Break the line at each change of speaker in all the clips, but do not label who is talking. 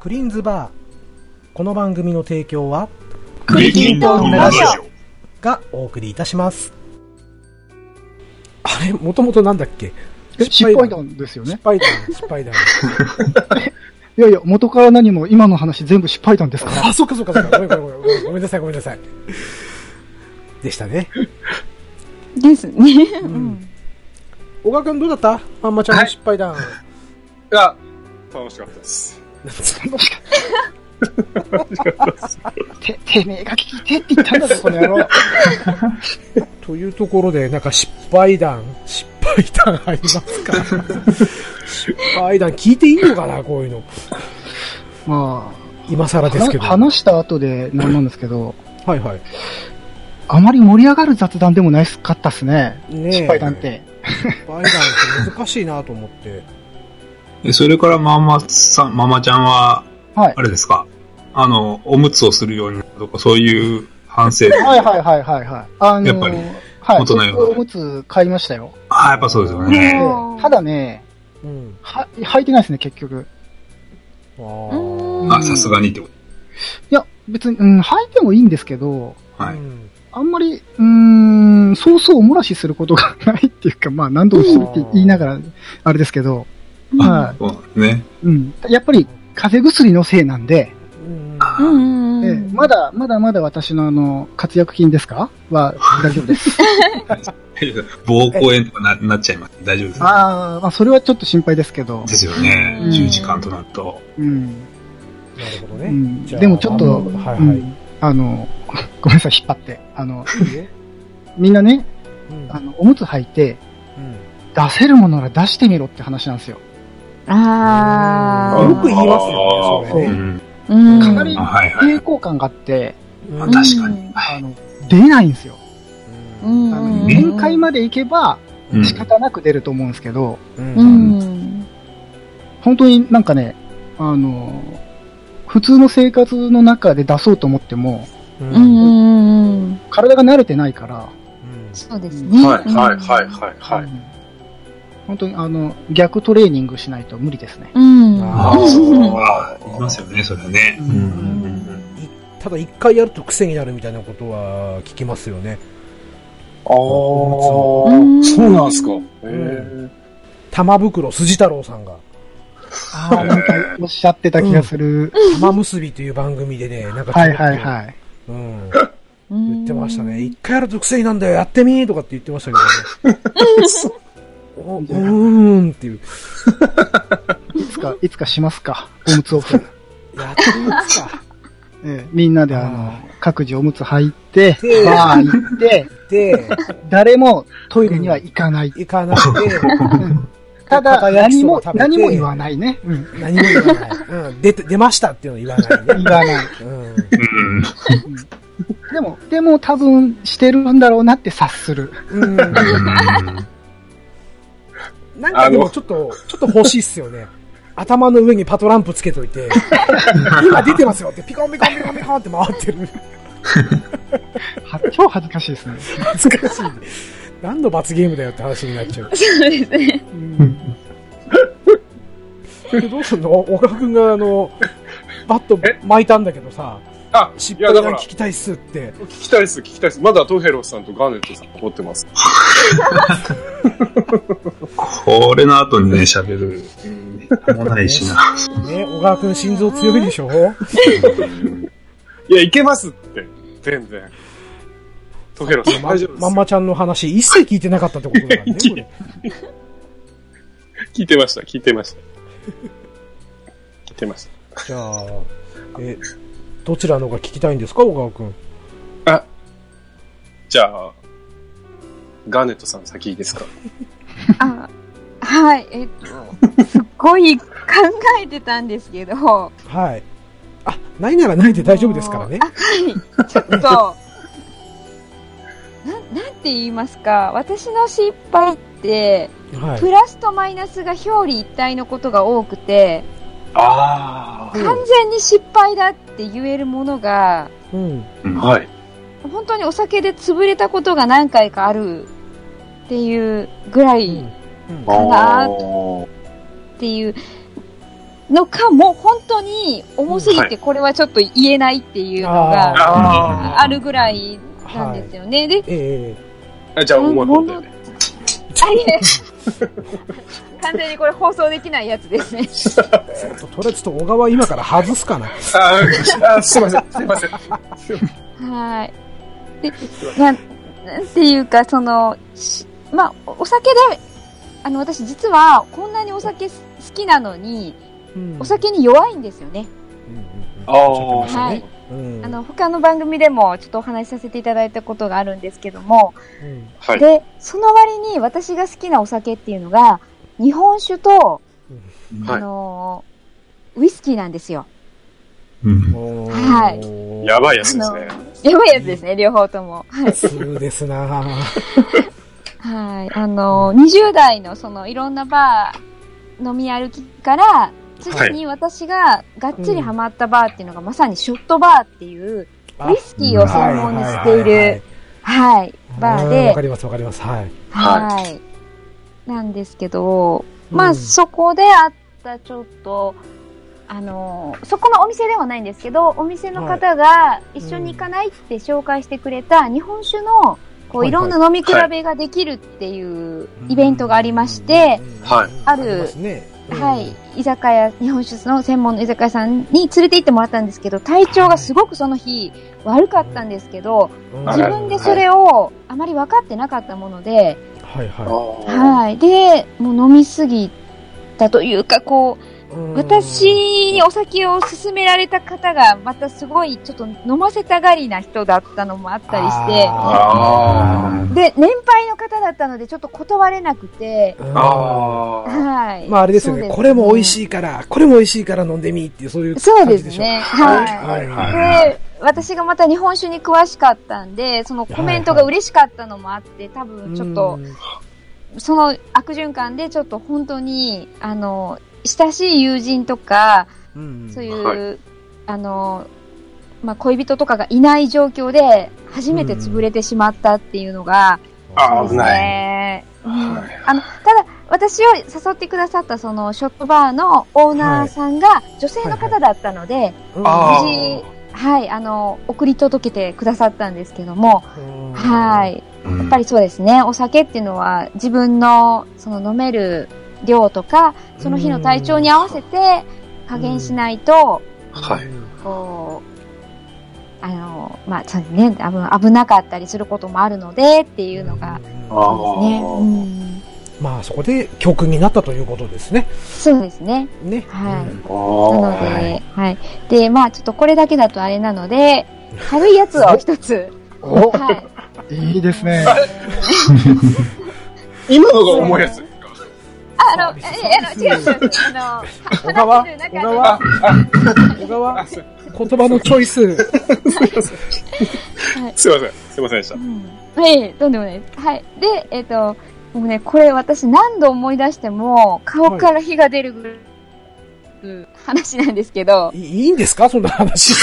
フリンズバーこの番組の提供は
クリキントンラジ
がお送りいたしますあれもともとなんだっけ
失敗談ですよ
失
ね。
敗談失敗談
いやいや、元から何も今の話全部失敗談ですから。
あそっかそっかそっ かごめんごめんごめんごめんなさいごめんなさいでしたね
ですね。うん
ん小川君どうだったあんまちゃんの失敗談、
が、楽しかったです。
て、てめえが聞いてって言ったんだぞ、この野郎。
というところで、なんか失敗談、失敗談あります か失敗談聞いていいのかな、こういうの。
ま
今更
あ、
ですけ
話
ど。
話した後でなんなんですけど、
はいはい。
あまり盛り上がる雑談でもないっすかったっすね。
ねえ
失敗談っ。て。
失敗談って難しいなと思って。
えそれからママさん、ママちゃんは、
はい
あ。れですかあの、おむつをするようになるとか、そういう反省。
はいはいはいはいはい。あのー
やっぱり
はい。
大人用だ
おむつ買いましたよ。
ああ、やっぱそうですよね。
で
うん
ただね、
うん。
は、履いてないですね、結局。
あ
うん
ー
あ、さすがにってこ
いや、別に、うん、履いてもいいんですけど、
と。は
う
い。
ん
あんまり、うーん、そうそうお漏らしすることがないっていうか、まあ何度もするって言いながら、あれですけど、は
そうなんですね。
い。うん。やっぱり、風邪薬のせいなんで、
うん
う
あ
んうん
ええ
うん。
まだ、まだまだ私のあの、活躍金ですかは、大丈夫です。
ー膀胱炎とかななっちゃいます。大丈夫です。
ああ、まあそれはちょっと心配ですけど
で、すよね。
うん
10時間となると。
うん。
なるほど
う
ね。
ん、
じゃあ
でもちょっと、
まあはいは
う
い。
んあの、 ごめんなさい、引っ張って。あの、
いいよ
みんなね、
うん
あの、おむつ履いて、
うん
出せるものなら出してみろって話なんですよ。
ああ。
よく言いますよね、それ
う
ね。
ん。
うん
かなり
あはいはい。
抵抗感があって、
うん
あ確かに。
あの、出ないんですよ。
う
うん
ん。
あの
うん
限界まで行けば
うん
仕方なく出ると思うんですけど、
う
うん
ん。
本当になんかね、あの、普通の生活の中で出そうと思っても、
うん
うんうんうん。
体が慣れてないから、
そうですね。
はい、はい、はい、
い。
はい、は
う
い。
ん本当にあの、逆トレーニングしないと無理ですね。
うん。
あ
あ
ー
あ、そううんあーいますよね、それはね。
うん
うん
ただ一回やると癖になるみたいなことは聞きますよね。
ああ、
うん
そうなんですか。
ん
え
玉袋筋太郎さんが。
ああ、なんかおっしゃってた気がする。
玉結びという番組でね、なんかちょっと
はいはいはい。
うん、
うん
言ってましたね。。一回やると癖になんだよ、やってみーとかって言ってましたけど ね。おうーんっていう。
いつか、いつかしますか。おむつオフ。
やってみますか。
ええみんなであ
あ
の、各自おむつ履いて
で、
バー行って、
で、
誰もトイレには行かない。
行かなく て、
ただ、
片焼き
何
そば
も
食べ、て
何も言わないね。うん
何も言わない。うん、出て、出ましたっていうの言わない
言
ね。
わない。
うん。
うん。
でも、でも多分してるんだろうなって察する。
うん。なんかでもちょっと、ちょっと欲しいっすよね。頭の上にパトランプつけとい て、今出てますよってピコンピコンピコンピコンって回ってる。
は 超恥ずかしいですね。
恥ずかしいね。何の罰ゲームだよって話になっちゃう。
そうですね。
でどうすんの小川くんがあの、バット巻いたんだけどさ、
あ、い
失
や、
敗
だか
談
ら、
聞きたいっすって。
聞きたいです、聞きたいです。まだトヘロスさんとガーネットさん残ってます。
これの後にね、喋る。もないしな。
ね、小川くん心臓強いでしょ
いや、いけますって、全然。トヘロスさん、
ま
大丈夫です。
まんまちゃんの話一切聞いてなかったってことだからね。これ
聞いてました、聞いてました。聞いてまし
じゃあ、え、どちらのが聞きたいんですか小川くん。
た。あ、じゃあ、ガーネットさん先いいですか
あ、はい。えっと、すっごい考えてたんですけど。
はい。あ、ないならないで大丈夫ですからね
あ。はい。ちょっと、ななんて言いますか、私の失敗って、
はい。
プラスとマイナスが表裏一体のことが多くて、
あ
完全に失敗だって言えるものが、
うん。
あ、はい。
本当にお酒で潰れたことが何回かあるっていうぐらい
うん
かな
ー
っていう、のか、もう本当に重すぎ
は
てこれはちょっと言えないっていうの
あ
が
あ
あるぐらいなんですよね。で、
え
あ。じゃあ、思い込んでね。
あ、いいね。 完全にこれ放送できないやつですね。
えととりあえずちょっと小川今から外すかな。
あーあ、すいません、すいません。
はい。で、な、なんていうか、その、しまあ、おお酒で、あの、私実はこんなにお酒す好きなのに、
うん
お酒に弱いんですよね。
うんうんうん
ああ。
はい。
うん
あの、他の番組でもちょっとお話しさせていただいたことがあるんですけども、
うん
はい。
で、その割に私が好きなお酒っていうのが、日本酒と、
うん
あのーウイスキーなんですよ。
うん
はい
い
やばいやつですね。
やばいやつですね、両方とも。はい。
普通です なぁ。
はい。あのー、20代のそのいろんなバー飲み歩きから、次に私ががっつりハマったバーっていうのが、まさにショットバーっていう、
あ
ウイスキーを専門にしている、はい、バ
うん
ー
わ
で
か、りますわかります。はい。
は
はい。なんですけど、ま
う
あ、
ん
そこであったちょっと、あの、そこのお店ではないんですけど、お店の方が一緒に行かないって紹介してくれた日本酒の、こ
は
う、
い
いろんな飲み比べができるっていうイベントがありまして、
はい
うん
ある
りますねうん
はい、居酒屋、日本酒の専門の居酒屋さんに連れて行ってもらったんですけど、体調がすごくその日悪かったんですけど、
うん
あ
自
ら
分でそれをあまり分かってなかったもので、
はいは
は
はい。で、もう飲みすぎたというか、こ
いうん
う、私にお酒を勧められた方が、またすごい、ちょっと飲ませたがりな人だったのもあったりし
あ
あ
て、で、年配の方だったので、ちょっと断れなくて、
うん
あ。あ
はい。
まああれですよね。これも美味しいから、これも美味しいから飲んでみーっていう、そういう
いそう
感
で
じ
す
でしょ。
ね。
はい。
は。
はいい
は
で、私がまた日本酒に詳しかったんで、そのコメントが嬉しかったのもあって、多分ちょっと、その悪循環でちょっと本当に、あの、親しい友人とか、
うん、
そう
う
い
ん。
う、
は
あの、まあ、恋人とかがいない状況で、初めて潰れてしまったっていうのが、
あ
で
ー
す
危ない。
ね。うんあの、ただ、私を誘ってくださったそのショットバーのオーナーさんが女性の方だったので、はい、
あー
無事、はい、あの、送り届けてくださったんですけども、
うん
はい。
うん
やっぱりそうですね。お酒っていうのは自分のその飲める量とか、その日の体調に合わせて加減しないと、
は。い
うん
こう、あの、まあ、そうですね危、危なかったりすることもあるのでっていうのが、。
あ
そうですね。うん
まあそこで教訓になったということですね。
そうですね。
ね。
はい
うん
なので、はい。で、まあ、ちょっとこれだけだとあれなので、軽いやつを一 つ。
お
はい。
いいですね。
今のが重いやつ。
あの、え、あの、違う違う違う。あの、
小川、
話して
小
る中で
川、小川、言葉のチョイス。
すいません。すいませんでした。
はい、とんでもないです。はい。で、えっ、と、もうね、これ私何度思い出しても、顔から火が出るぐらい、うん話なんですけど、
いいいんですかそんな話。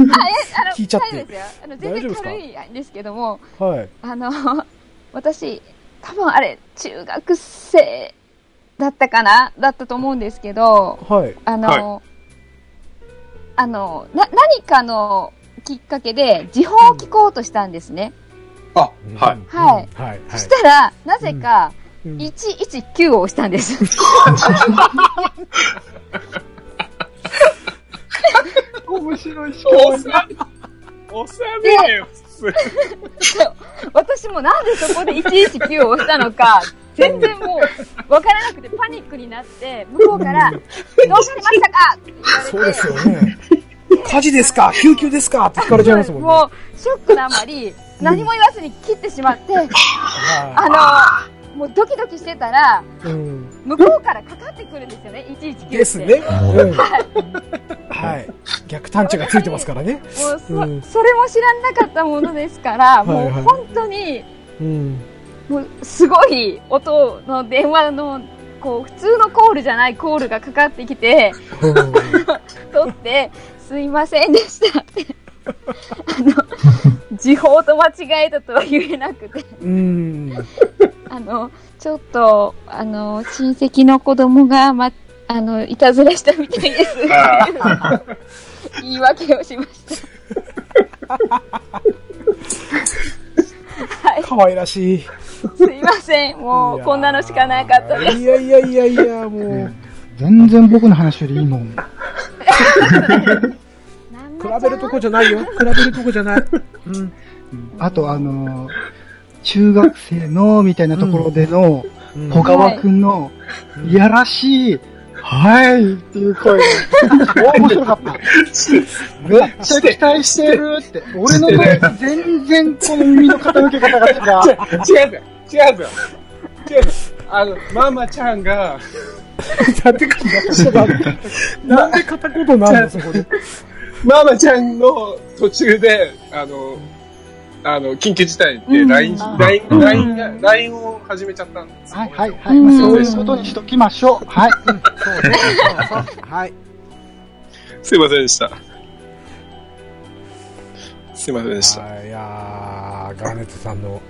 あの、
聞いちゃっ
大丈
て
夫ですよ。あの、
大丈夫
全
で
然
すか
軽いんですけども、
はい。
あの、私、多分あれ、中学生だったかなだったと思うんですけど、
はい。
あの、
は
あの、な、何かのきっかけで、時報を聞こうとしたんですね。
あ、はい。
い
はい
はい。
そしたら、なぜか、
うん
119を押したんです。
面白いし
おさ、おさめよ。
私もなんでそこで119を押したの か、全然もう、わからなくてパニックになって、向こうから、どうされましたかって言われて。
そうですよね。火事ですか救急ですかって聞かれちゃいますもんね。
もう、ショックのあまり、何も言わずに切ってしまって、あの、もうドキドキしてたら、
はいうん
向こうからかかってくるんですよね、119って。
ですね。うん はい。逆探知がついてますからね。
もうそ、
うん
それも知らなかったものですから、も
は
う
いはい
本当に、
うん。
もうすごい音の電話のこう普通のコールじゃないコールがかかって きて取ってすいませんでしたってあの時報と間違えたとは言えなくて
うん。
あのちょっとあの親戚の子供がまあの、いたずらしたみたいです。言い訳をしました。はい、
かわいらしい。
すいません。もう、こんなのしかなかったです。
いやいやいやいや、もう、
全然僕の話よりいいもん。
比べるとこじゃないよ。比べるとこじゃない。うん。
あと、あのー中学生の、みたいなところでの、
うん
小川くんの、いやらしい、はいっていう声が、面白かった。めっちゃ期待してるって。俺の声、全然この耳の傾け方が 違う。
違うんだよ違うんだよ違うんだよあの、ママちゃんが、
なんで片言なんで片言なんだ、そこで。
ママちゃんの途中で、あの、あの、緊急事態で LINE、
うん
LINE、LINE が、LINE を始めちゃったんですよ
はいはいはい。まあ、そういうことにしときましょう。はい。
はい。
すいませんでした。すいませんでした。
いやー、ガーネットさん の、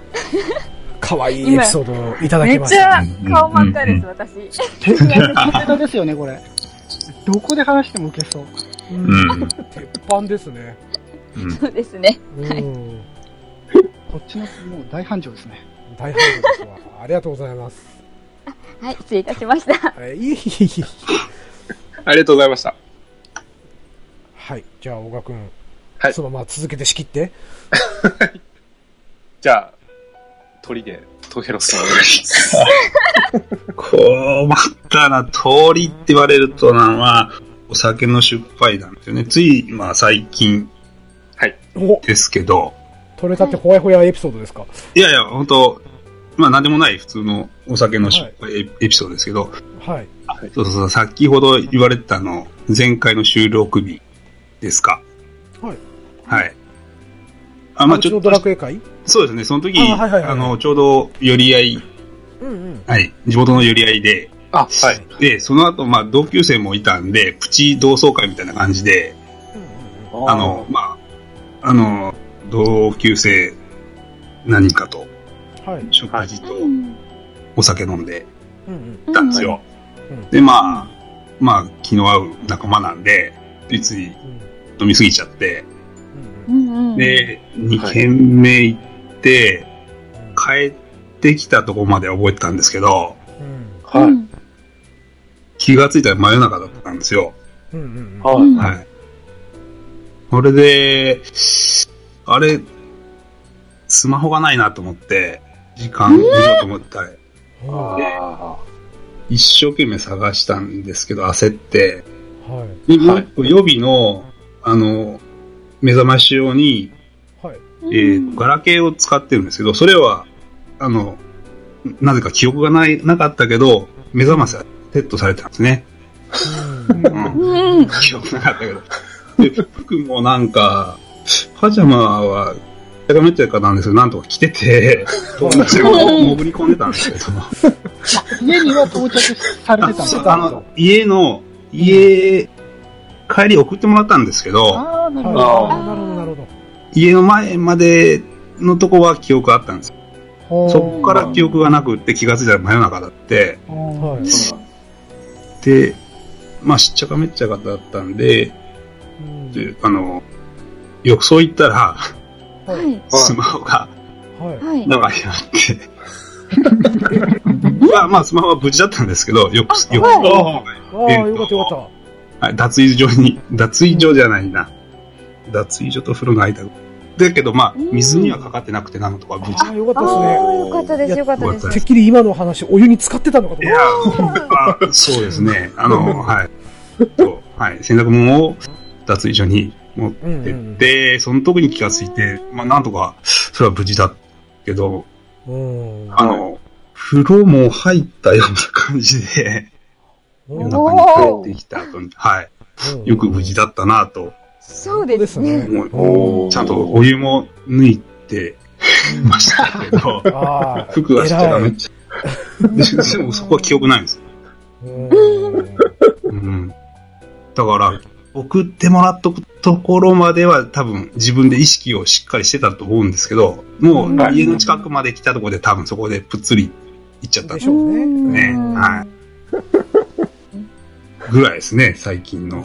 可愛いエピソードをいただ
め
き
っ
まし
ち
た。
ゃ顔真っ赤です、私。
哲学のネタですよね、これ。どこで話しても受けそう。
うん
うん。
鉄板ですね。
うん。
そうですね。
うん。
こっちの、もう大繁盛ですね。
大繁盛ですわ。ありがとうございます。
はい、失礼いたしました。
えいいいいいい
ありがとうございました。
はい。じゃあ、小川くん。
はい
そのまま続けて仕切って。
じゃあ、鳥で、トヘロスさんお願いします。
困ったな、通りって言われるとな、まあ、お酒の失敗なんですよね。つい、まあ最近
お
ですけど、
取れたってほやほやエピソードですか。
いやいや、本当まあなんでもない普通のお酒の失敗エピソードですけど、
はい。
そうそうそう、先ほど言われてたあの、前回の収録日ですか。
はい。
はい。あ、まあ
うち
ちょ
の
っ
ド
と
ラ、クエ会
そうですね、その時、
あはいはいはい
あの、ちょうど寄り合い、
うんうん。
はい、地元の寄り合いで、
あ、はい。
で、その後、まあ、同級生もいたんで、プチ同窓会みたいな感じで、あの、、まあ、あの、同級生何人かと、
はい。
食事とお酒飲んで
うんうん。
たんですよ。
うん
で、まあ、まあ、気の合う仲間なんで、ついつい
うん
飲みすぎちゃって、
うん
う。んうん。
で、2軒目行って、帰ってきたとこまでは覚えてたんですけど、
うん
う
はい。
ん
気がついたら真夜中だったんですよ。
うんうん。
う
はい。
ん
はい。それで、あれ、スマホがないなと思って、時間見ようと思ったら、
は
あ
一生懸命探したんですけど、焦って、
い。はい。
でもう一個予備の、あの、目覚まし用に、
はい。
えーガラケーを使ってるんですけど、それは、あの、なぜか記憶がない、なかったけど、目覚ましはセットされてたんですね。うん
うん。
記憶なかったけど。で、服もなんか、パジャマは、やがめっちゃかなんですけど、なんとか着てて、友達が潜り込んでたんですけど、
家には到着されてたん
あ
で
そう
す
あの、家の、家、帰り送ってもらったんですけど、
ああ、なるほど。
あ
あ
あ、なるほど、なるほ
家の前までのとこは記憶あったんですよ。
ほう
そこから記憶がなくって気がついたら真夜中だって、
ど。はい。
で、まあ、しっちゃかめっちゃかだったんで、
うん
であの、浴槽行ったら、
はい。
スマホが、
はい。
はい。
なんかやって。まあまあ、スマホは無事だったんですけど、よく、よく、
はああ、
えーと
よかったよかっ
はい脱衣所に、脱衣所じゃないな。脱衣所と風呂の間。だけどまあ、
うん
水にはかかってなくてなんとか無事。
た。ああ、よかったですね。
ああ、よかったです、よかったです。
てっきり今のお話、お湯に浸かってたのかと
い
思っ
や、あそうですね。あの、はい。とはい。洗濯物を脱衣所に持って
うんう
っ
ん
て、その時に気がついて、まあなんとか、それは無事だけど、
た。うん。
あの、風呂も入ったような感じで、
う
夜
ん
中に帰ってきた後に、はい。よく無事だったなと
そうですね。。
思い、
お
ちゃんとお湯も抜いてましたけど、
ああ。
服はしちゃダメ
偉
っちゃ。ででもそこは記憶ないんですよ。
いうん
うん。だから、送ってもらっとくところまでは多分自分で意識をしっかりしてたと思うんですけど、も
は
う家の近くまで来たところで多分そこでぷっつり行っちゃったん
で
で
しょうね。
ねはいぐらいですね、最近の。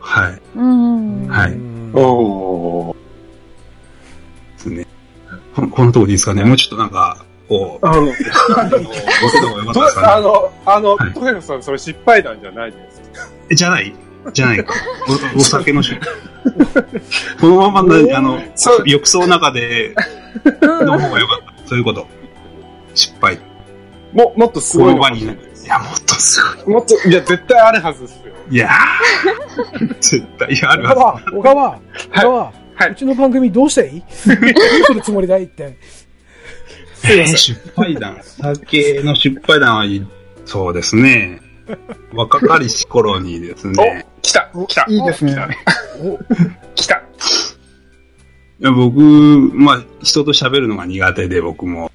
はい。
うん。うん
はい
うん
おー。
ですね。このこのとこでいいですかね。もうちょっとなんか、こう、
あの、
ごせた方がよかった
ど
で
う
す
あ
かね。
の、あの、
はい
トレフさん、それ失敗談じゃないですか。
えじゃないじゃないか。 おお酒のし、 このままな、あの、
そう、
浴槽の中での方がよかった。そういうこと。失敗。
も、もっとす
こ
ごい
の
の
場
かもし
に。い
れないです。
や、もっとすごい。
もっと、いや、絶対あるはずですよ。
いや ー絶対いやあ
小
るはず。
川、小川、小川、
はいう
ちの番組どうしたいどうするつもりだいって。
すいま
えー
せ
失敗談。酒の失敗談はいい。そうですね。若かりし頃にです
ん。
ね。
お、来た、来た。
いいですね。
来た。
いや僕、まあ、人と喋るのが苦手で、僕も。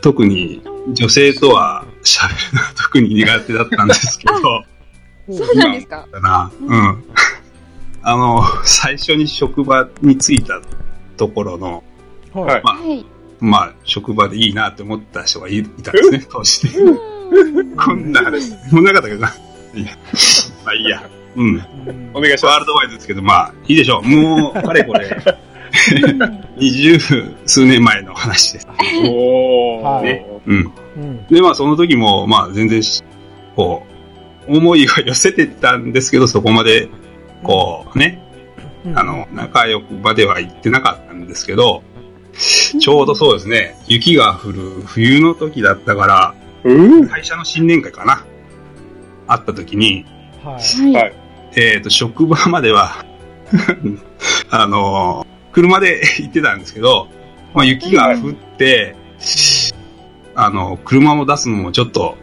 特に、女性とは喋るのは 特に苦手だったんですけど、
そうなんですか
だな。うん。あの、最初に職場に着いたところの、
お
は
はいい。
はい。
まあ、職場でいいなって思った人がいいたんですね、当時で。こんな話、もうなかったけどな。いや。まあいいや。うん。
うん
お願いし
ワ
ま
ールドワイドですけど、まあ、いいでしょう。もう、かれこれ、
うん
二十数年前の話です。
す。おー。
はい
ね
うん。
うん
で、まあ、その時も、まあ、全然し、こう、思いは寄せてたんですけど、そこまで、こう、ね、
うん
あの、仲良くまでは行ってなかったんですけど、ちょうどそうですね、雪が降る冬の時だったから、
うん
会社の新年会かな、あった時に、
はい。
はい。
えっ、と、職場までは、 あの車で行ってたんですけど、まあ、雪が降って、あの、車も出すのもちょっと、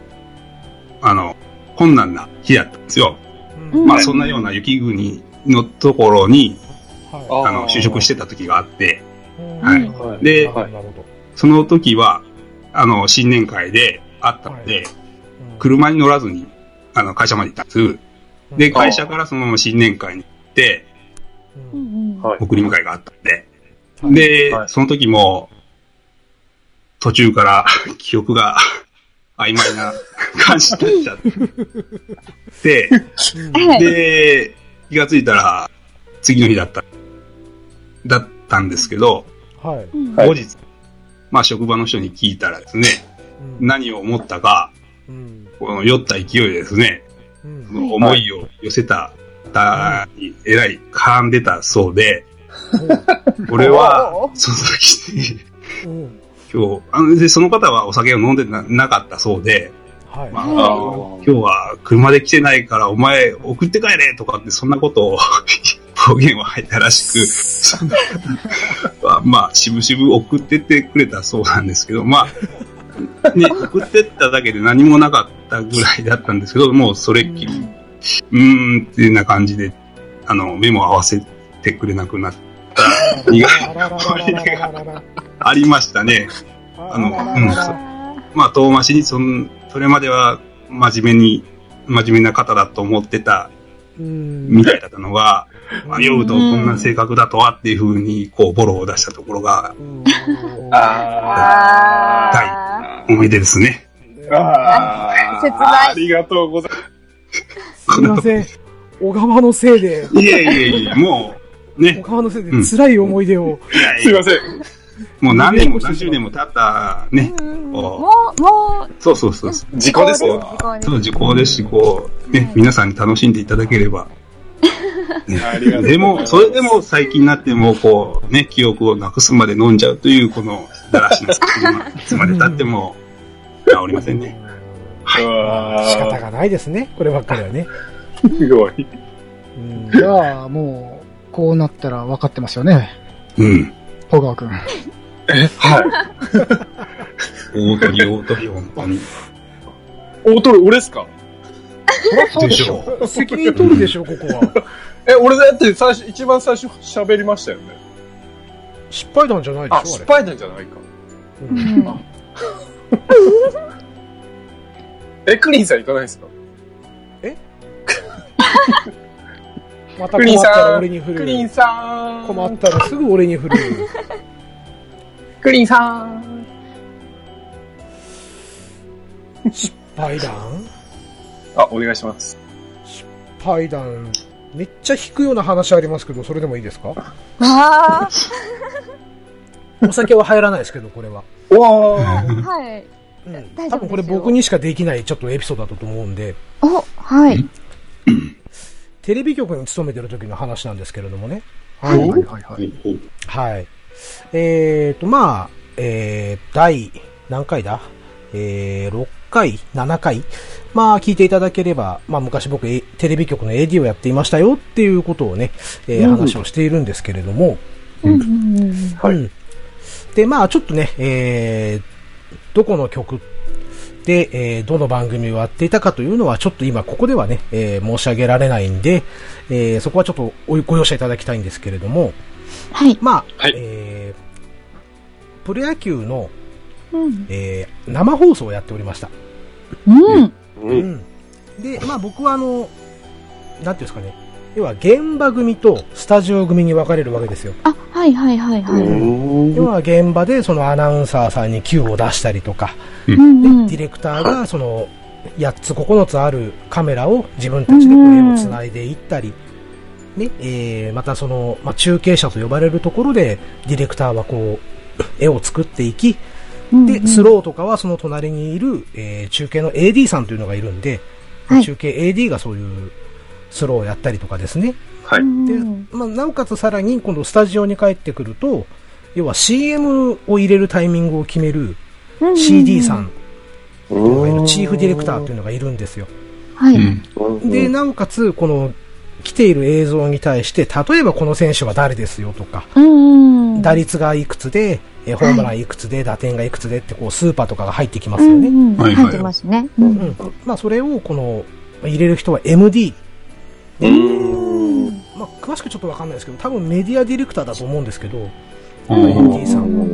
あの、困難な日だったんですよ。
うん
まあ、そんなような雪国のところに、
は
あの、就職してた時があって、
いうん
はい
はいな
で
るほど。
その時は、あの、新年会で会ったので、
うん
車に乗らずに、あの、会社まで行ったんです。で、
うん
会社からそのまま新年会に行って、
う
うんんうん
はい
送り迎えがあったんで、
はい
で、
はい
その時も、途中から 記憶が曖昧な 感じになっちゃって、
はい
で、気がついたら、次の日だった、だったんですけど、
はい。
うん
はい
後日、まあ職場の人に聞いたらですね、
うん
何を思ったか、
うん
この酔った勢いでですね、
うん
はい
思いを寄せた方にえらい絡んでたそうで、俺は
おー
その時に、
うん
今日、あのでその方はお酒を飲んでななかったそうで、
はい。
まあ、
はい
今日は車で来てないからお前送って帰れとかってそんなことを 暴言を吐いたらしく、その方は まあ、しぶしぶ送ってってくれたそうなんですけど、まあ、ね、送ってっただけで何もなかったぐらいだったんですけど、もうそれっきり、うーんってな感じで、あの、目も合わせてくれなくなった苦い
あらららららららら
ありましたね。
あ
あの
ららら
うん
らら
あ
まあ、遠回しにそん、それまでは真面目に、真面目な方だと思ってた
うん
みたいだったのが、
うん
まあ酔うとこんな性格だとはっていうふうに、こう、ボロを出したところが、
うん
あ
あ
ー
思い出ですね。
ー。あー。
切ない
ありがとうございます
いません。小川のせいで、
いえいえいえ、もう、
小
ね、
川のせいで辛い思い出を。
いや
す。
い
すい
や
ません。
もう何年も何十年も経った、ね、
うんも
こ
う、もう、
う、そうそうそうそう、
時効です
よ
よ。
そう、時効ですし、こう、ね、皆さんに楽しんでいただければ。
ありがとうございます
でも、それでも最近になっても、こう、ね、記憶をなくすまで飲んじゃうという、この、だらしな作りが、いつまで経っても、治りませんね。
うわー
仕方がないですね。こればっかりはね。
すごい。
うん
じゃあ、もう、こうなったら分かってますよね。
うん。
小川くん。
はい。
大鳥、大鳥、本当に。
大トロ、俺ですか
そりゃそう
で
で
し
しょ。
ょ
責任取るでしょ、ここは。
え、俺だって最初、一番最初喋りましたよね。
失敗談じゃない
あ、
でしょ、あ
失
れ。
敗なんじゃないか。
う
うんん
え、クリンさん行かないですか
また困ったら俺に振
クリン
る。
さん。
困ったらすぐ俺に振る。
クリンさん。
失敗談
あ、お願いします。
失対談、めっちゃ引くような話ありますけど、それでもいいですか
あ
お酒は入らないですけど、これは。
おー
あ、はい。
うん、
大丈
多分
夫ですよ
これ僕にしかできないちょっとエピソードだと思うんで、
お、はい。
テレビ局に勤めてる時の話なんですけれどもね。
はいはいはいはい。
はい。えーと、まあ、えー、第、何回だえー、6回 ?7 回まあ、聞いていただければ、まあ、昔僕、えテレビ局の AD をやっていましたよっていうことをね、えー話をしているんですけれども、
うんうんうん
はい
うんで、まあ、ちょっとね、えー、どこの曲で、えーどの番組をやっていたかというのは、ちょっと今、ここではね、えー申し上げられないんで、えーそこはちょっとおご容赦いただきたいんですけれども、
はい。
まあ、
はい
えープロ野球の、
うん。
えー生放送をやっておりました。
うん。
う。
うんんで、まあ僕はあの、なんていうんですかね、要は現場組とスタジオ組に分かれるわけですよ。
あ、はいはいはいはい。
要は現場でそのアナウンサーさんに Q を出したりとか、
うん
で、
うん
ディレクターがその8つ9つあるカメラを自分たちでこれをつないでいったり、ねえーまたその、まあ、中継車と呼ばれるところでディレクターはこう絵を作っていき
うんう
で
ん
スローとかはその隣にいる、えー中継の AD さんというのがいるんで、
はい
中継 AD がそういうスローをやったりとかですね
はい。
で、
うん
まあ、なおかつさらに今度スタジオに帰ってくると要は CM を入れるタイミングを決める CD さんっていうのがいるチーフディレクターっていうのがいるんですよ。
はい。
うん。
で、なおかつ、この、来ている映像に対して、例えばこの選手は誰ですよとか、
うんうん。
打率がいくつで、えホームランいくつで、打点がいくつでって、こう、スーパーとかが入ってきますよ
う
ね。
んうん
はいはい
入ってますね。う
うんん。まあ、それを、この、入れる人は MD。
うん
まあ、詳しくちょっとわかんないですけど、多分メディアディレクターだと思うんですけど、
うん。
MD さんは。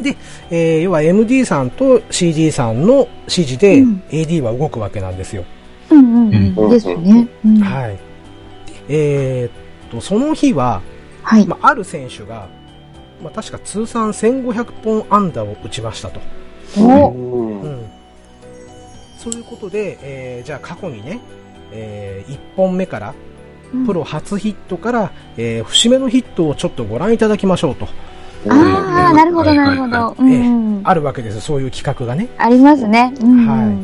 で、えー要は MD さんと CD さんの指示で
うん
AD は動くわけなんですよ。
うんうんうん。ですね。うん
はい。でえーっと、その日は、
はい。
まあ、ある選手が、まあ、確か通算1500本安打を打ちましたと、
お
うん、そういうことで、えーじゃあ過去にね、え1本目からプロ初ヒットから、えー節目のヒットをちょっとご覧いただきましょうと
ああ、なるほど、なるほど。うんうん。
あるわけですそういう企画がね
ありますね。うん
は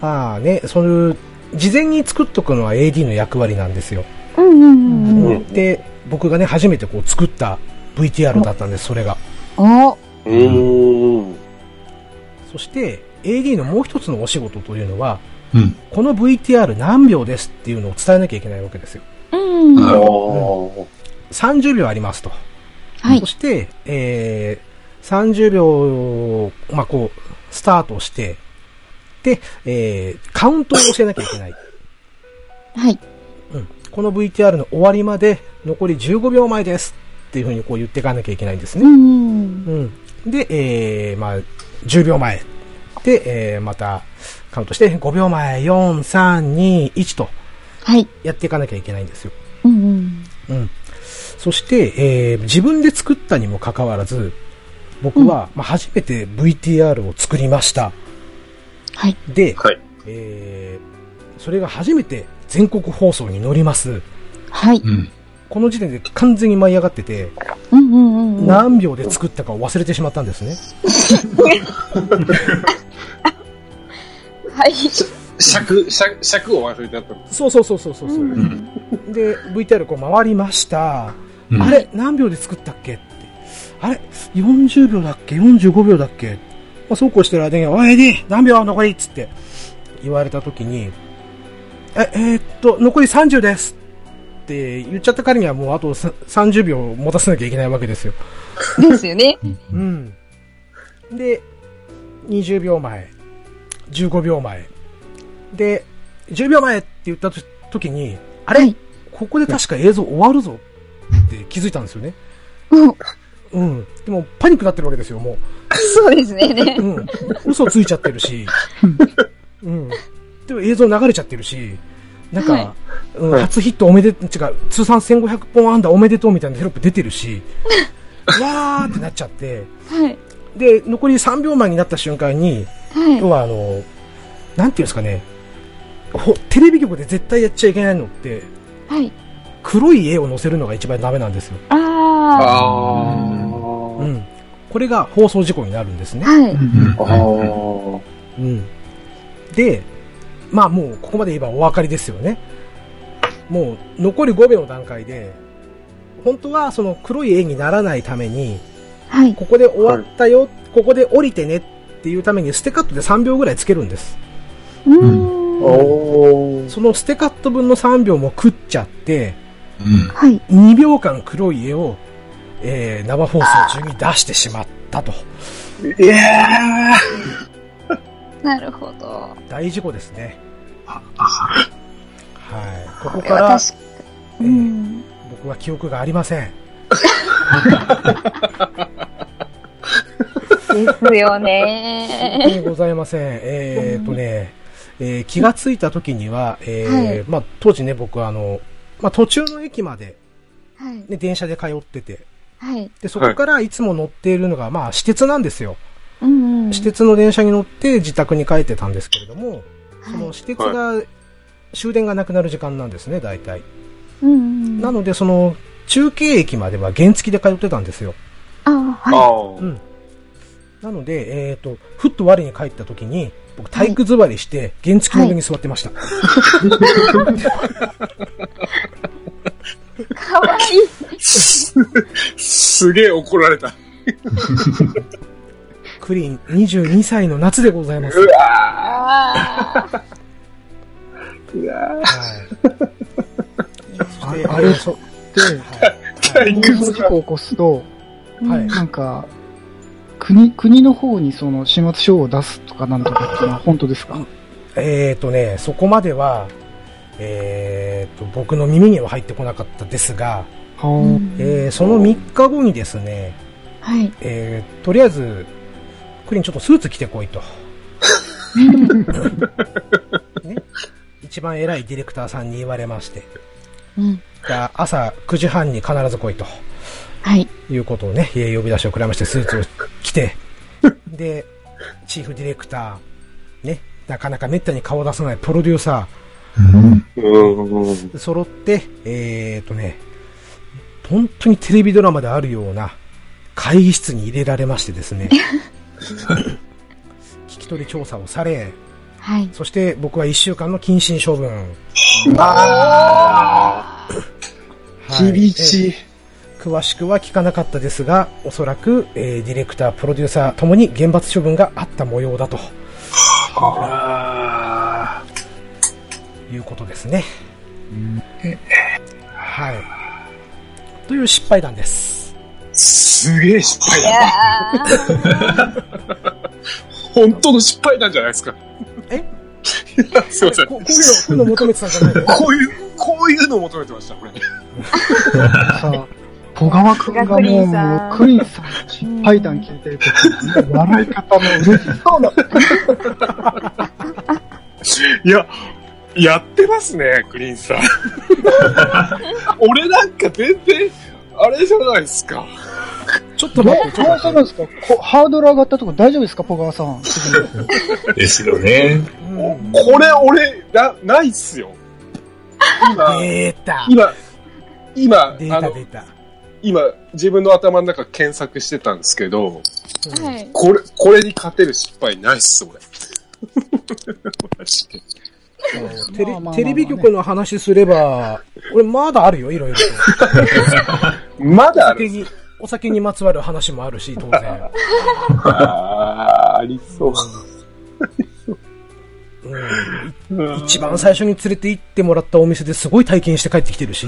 まあねそういう事前に作っとくのは AD の役割なんですよ、
うんうんうんうん。
ん
で僕がね初めてこう作った VTR だったんですそれが
お
うん。
そして AD のもう一つのお仕事というのは
うん。
この VTR 何秒ですっていうのを伝えなきゃいけないわけですよ。
うん。
なるほ
お
30秒ありますと。
はい
そ。して、えー、30秒、まあ、こう、スタートして、で、えー、カウントを教えなきゃいけない。
はい。
うん。この VTR の終わりまで残り15秒前ですっていうふうにこう言っていかなきゃいけないんです
う
ね。
ん。
うん。で、えー、まあ、10秒前。で、えー、また、カウントして、5秒前、4、3、2、1と
はい。
やっていかなきゃいけないんですよ。
うんう
う
ん。
ん、そして、えー自分で作ったにもかかわらず僕は、まあ、初めて VTR を作りました
はい。
で、
はい
えーそれが初めて全国放送に乗ります
はい。
うん。
この時点で完全に舞い上がってて
うんうんうんうん。
何秒で作ったかを忘れてしまったんですね
はい。
尺、尺、尺を忘れてあったの。
そうそうそうそうそう、
うん
で VTR こう回りました、
うん
あれ何秒で作ったっけってあれ40秒だっけ45秒だっけ、まあ、そうこうしてる間に「おい AD 何秒残り」っつって言われた時に「ええーっと残り30です」って言っちゃった彼にはもうあとさ30秒持たせなきゃいけないわけですよ
ですよね。
うんで20秒前15秒前で10秒前って言ったと時にあれ、
はい
ここで確か映像終わるぞって気づいたんですよね。
うん
うん。でも、パニックになってるわけですよ、 も
そうですね。ね
う。うん。嘘ついちゃってるし。うん。でも映像流れちゃってるし。なんか、
は
うん、初ヒットおめで、違う、通算1500本安打おめでとうみたいなテロップ出てるし。 わーってなっちゃって。
はい。
で、残り3秒前になった瞬間に、
はい
要。はあの、なんていうんですかね、ほテレビ局で絶対やっちゃいけないのって、
はい。
黒い絵を載せるのが一番ダメなんですよ。
あ
あ
う
ー。
ん。これが放送事故になるんですね。
あ。はい。
あー。
うん。で、まあもうここまで言えばお分かりですよね。もう残り5秒の段階で、本当はその黒い絵にならないために、
はい。
ここで終わったよ、ここで降りてねっていうためにステカットで3秒ぐらいつけるんです。
うーん。
おー。
そのステカット分の3秒も食っちゃって、
うん。
はい。
2秒間黒い絵を、えー、生放送中に出してしまったと。
いやー。
なるほど。
大事故ですね。はい。ここ
これ
か
は
ら
確か。うん。
僕は記憶がありません。
ですよね。
でございません。えーっとね、えー気がついた時には、えー
はい
まあ、当時ね、僕はあの、まあ、途中の駅まで、
はい。
ね、電車で通ってて、
はい。
で、そこからいつも乗っているのが、まあ、私鉄なんですよ。
うんうん。
私鉄の電車に乗って自宅に帰ってたんですけれども、そ
は
の
い。
私鉄が終電がなくなる時間なんですね、大体。
うんうん。
なので、その、中継駅までは原付きで通ってたんですよ。
ああ、はい。
あ
うんなので、えっ、と、ふっと我に帰った時に、僕体育座りして、原付の上に座ってました。
かわいい。
すすげえ怒られた。
クリーン22歳の夏でございます。
うわ
ああ。
ー。うわ
はい。そして、
あれ
そう。
で、
ー。体育
交通事
座り。
故を起こすと、
はい。はい
なんか、国、国の方にその始末書を出すとかなんとかっていうのは本当ですか
えっ、とね、そこまでは、えっ、と、僕の耳には入ってこなかったですが、
は
えーその3日後にですね、
はい。
えーとりあえず、クリンちょっとスーツ着てこいと。 ね、一番偉いディレクターさんに言われまして、
うん。
じゃあ朝9時半に必ず来いと
はい。
いうことをね、えー呼び出しをくらましてスーツを着て、で、チーフディレクター、ね、なかなか滅多に顔を出さないプロデューサ
うん。
ー、揃って、えーとね、本当にテレビドラマであるような会議室に入れられまして ですね、聞き取り調査をされ、
はい。
そして僕は1週間の謹慎処分。
あ
はい
厳しい。
詳しくは聞かなかったですが、おそらく、えーディレクター、プロデューサーともに厳罰処分があった模様だと
あ
いうことですね。はい。という失敗談です。
ーすげえ失敗
いや
だ。本当の失敗なんじゃないですか。
え
いやすいません。
ここ
こ
ういうの、こういうの求めてたんじゃないの
ういう、こういうのを求めてました、これ。
あ、さあ、小川くんがもう、
クリンさん
もうクリンさんの失敗談聞いてるとき、笑い方も嬉しそうな。
いや、やってますね、クリーンさん。俺なんか全然、あれじゃないですか。
ちょっと
ど
待って、 ちょっと
う
待
す
っ
るんですかこハードル上がったとこ大丈夫ですか小川さん。
ですよね。
て。うん
これ俺、な、ないっすよ。今、
出た
今、今、
出
あ
た
の、
出た。
今、自分の頭の中検索してたんですけど、
ーはい。
これ、これに勝てる失敗ないっす、俺。 マジで。
テレ
まあまあまあまあね
テレビ局の話すれば、俺まだあるよ、いろいろと。
ま
お
だあ
酒
る。
に、お酒にまつわる話もあるし、当然。
あーありそう。
うん一番最初に連れて行ってもらったお店ですごい体験して帰ってきてるし、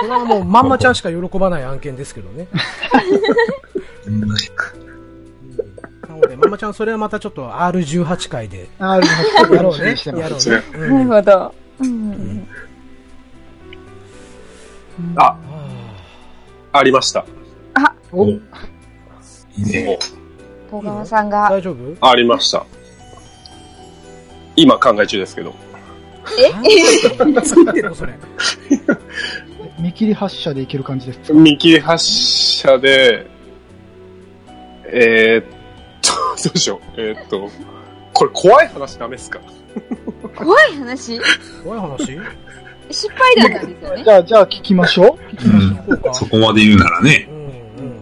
これはもうまんまちゃんしか喜ばない案件ですけどね。なので、まんまちゃんそれはまたちょっと R18 回で
あー、でも
やろうね
し。てま
や
す
ろうね。うん
なるほど。うんうん
あ、
あ
ありました。
お
いいね。
うん。小川さん
ー
が。
大丈夫
ありました。今考え中ですけど。
え作ってるのそれ。
見切り発車でいける感じです。
見切り発車で、 えー、っと、どうしよう。えー、っと、これ怖い話ダメっすか
怖い話
怖い話
失敗談なんですよ ね
じ。ゃあ、じゃあ聞きましょう。
そうか。
そこまで言うならね
う。んうん、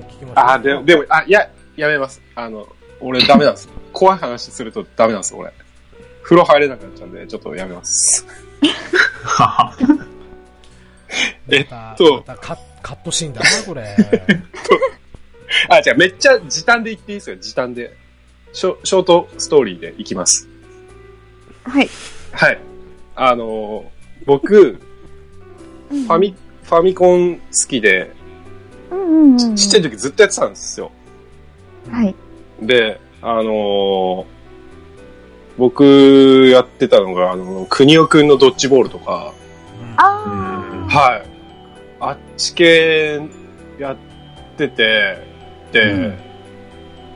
聞きました。
あ、でも、でも、あ、いや、やめます。あの、俺ダメなんです。怖い話するとダメなんです、俺。風呂入れなくなっちゃうんで、ちょっとやめます。えっと
またカカットシーン だな、これ。
あ、じゃあめっちゃ時短で言っていいですよ、時短で。ショショートストーリーでいきます。
はい。
はい。あのー僕、
フ
ファミ、ファミコン好きで、
うんうんうんうん。
ちっちゃい時ずっとやってたんですよ。
はい。
で、あのー僕やってたのが、あの、くにおくんのドッジボールとか、
あ
はい。あっち系やってて、で、
うん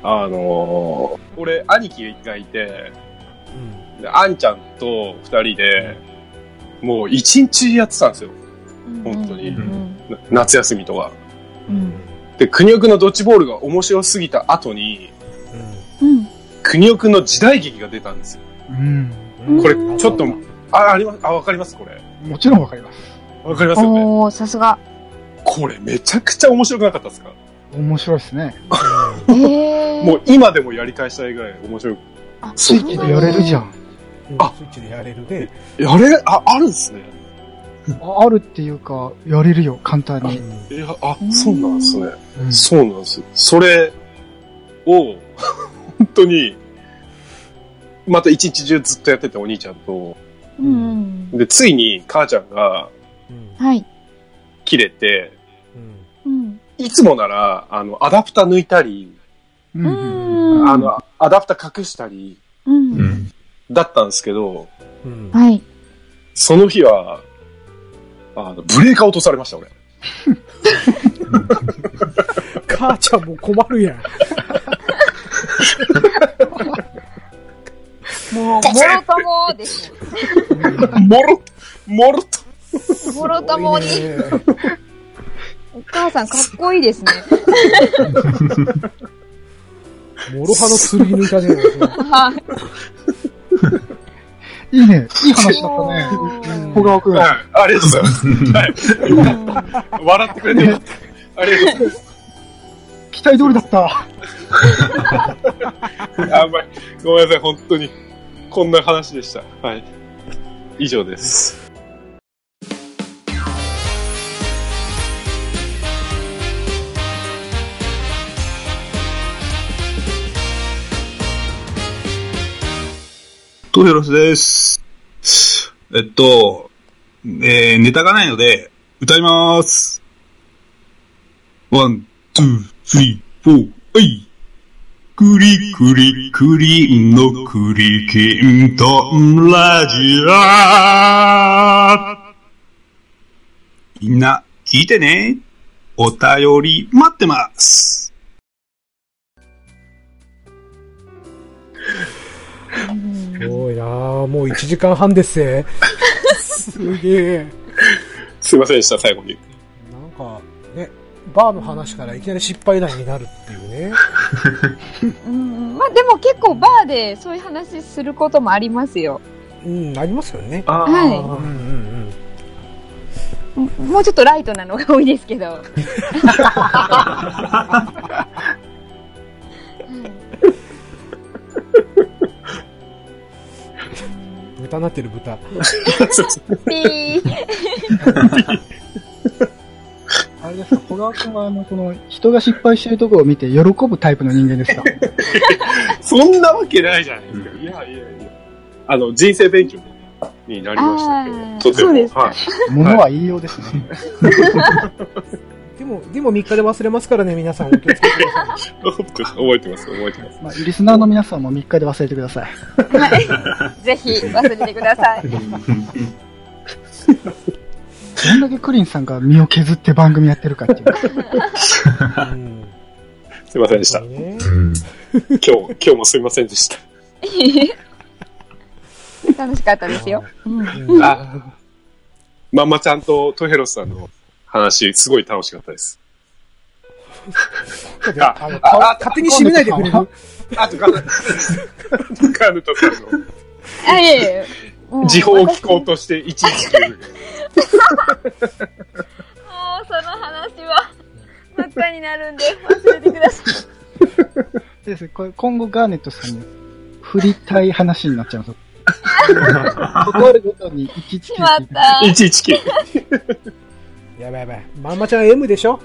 あのー俺、兄貴がいて、
うん
であんちゃんと二人で、もう一日やってたんですよ。
ー。
本当に
うん
な夏休みとか。
うんうん。
で、くにおくんのドッジボールが面白すぎた後に、
うん。
くにおくんの時代劇が出たんですよ。
うん。
うん
これちょっとあ、あります、あ、わかりますこれ。
もちろんわかります。
わかりますよね。
おー、さす が。
これめちゃくちゃ面白くなかったですか
面白いですね。
えー。
もう今でもやり返したいぐらい面白い。
あ
スイッチでやれるじゃ。ん。
あスイッチでやれるで。
やれ、あ、あるんですね。
ああるっていうか、やれるよ、簡単に。
いや、あ、そうなんですね。
うん
そうなんです。それを、 本当に、また一日中ずっとやってて、お兄ちゃんと。
うんうん。
で、ついに母ちゃんが
うん
はい。
切れて、
うん
うん。
いつもなら、あの、アダプタ抜いたり、
うん
うん
あの、アダプタ隠したり、
う。
うんん。
だったんですけど、
うん
はい。
その日は、あの、ブレーカー落とされました、俺。
母ちゃんも困るやん。
もう、もろともですね。
もろっと、もろっと。
もろともに。お母さんかっこいいです ね。
もろ刃の釣り抜いたね。
はい。
いいね。いい話だ ったね。小川くん。
はい、ありがとうございます。 笑ってくれてよかった。ありがとうございます。
期待通りだった。
あんまり、ごめんなさい、本当に。こんな話でした。はい。以上です。
トヘロスです。えっと、えー、ネタがないので、歌いまーす。ワン、ツー、スリー、フォー、はい。クリクリクリンのクリキントンラジアみんな、聞いてね。お便り待ってます。
すごいなあもう1時間半ですぜ。すげえ。
すいませんでした、最後に。
なんか、ね、バーの話からいきなり失敗談になるっていうね。
うん。まあでも結構バーでそういう話することもありますよ。
うん、ありますよね。
あ
は
うんうん
ももうちょっとライトなのが多いですけど。 はい
うん。豚なってる豚。
ピー
あれですか、小川くんは、あの、この、人が失敗してるところを見て喜ぶタイプの人間ですか
そんなわけないじゃないですか。いやいやいや。あの、人生勉強になりましたけ
あー
ど。とても
そうですか
はい。
ものは言いようですね。
でも、でも3日で忘れますからね、皆さんお気をつけてください。
覚えてます、覚えてます。
まあ、リスナーの皆さんも3日で忘れてください。
はい。ぜひ忘れてください。
どんだけクリンさんが身を削って番組やってるかっていう。
うん。
すいませんでした。今
ね
日、今日もすいませんでした。
楽しかったですよ。うん
うん
あまんまちゃんとトヘロスさんの話、すごい楽しかったです。あ
あの、か勝手に閉めないでくれる
あとガヌ、ガヌタさんの
あいえいえもう
時報を聞こうとして119。
もうその話は真っ赤になるんで忘れてください。
ですこれ今後ガーネットさんに振りたい話になっちゃいます。断るごとに1つ
しまった。
119。
やばいやばい。まんまちゃん M でしょ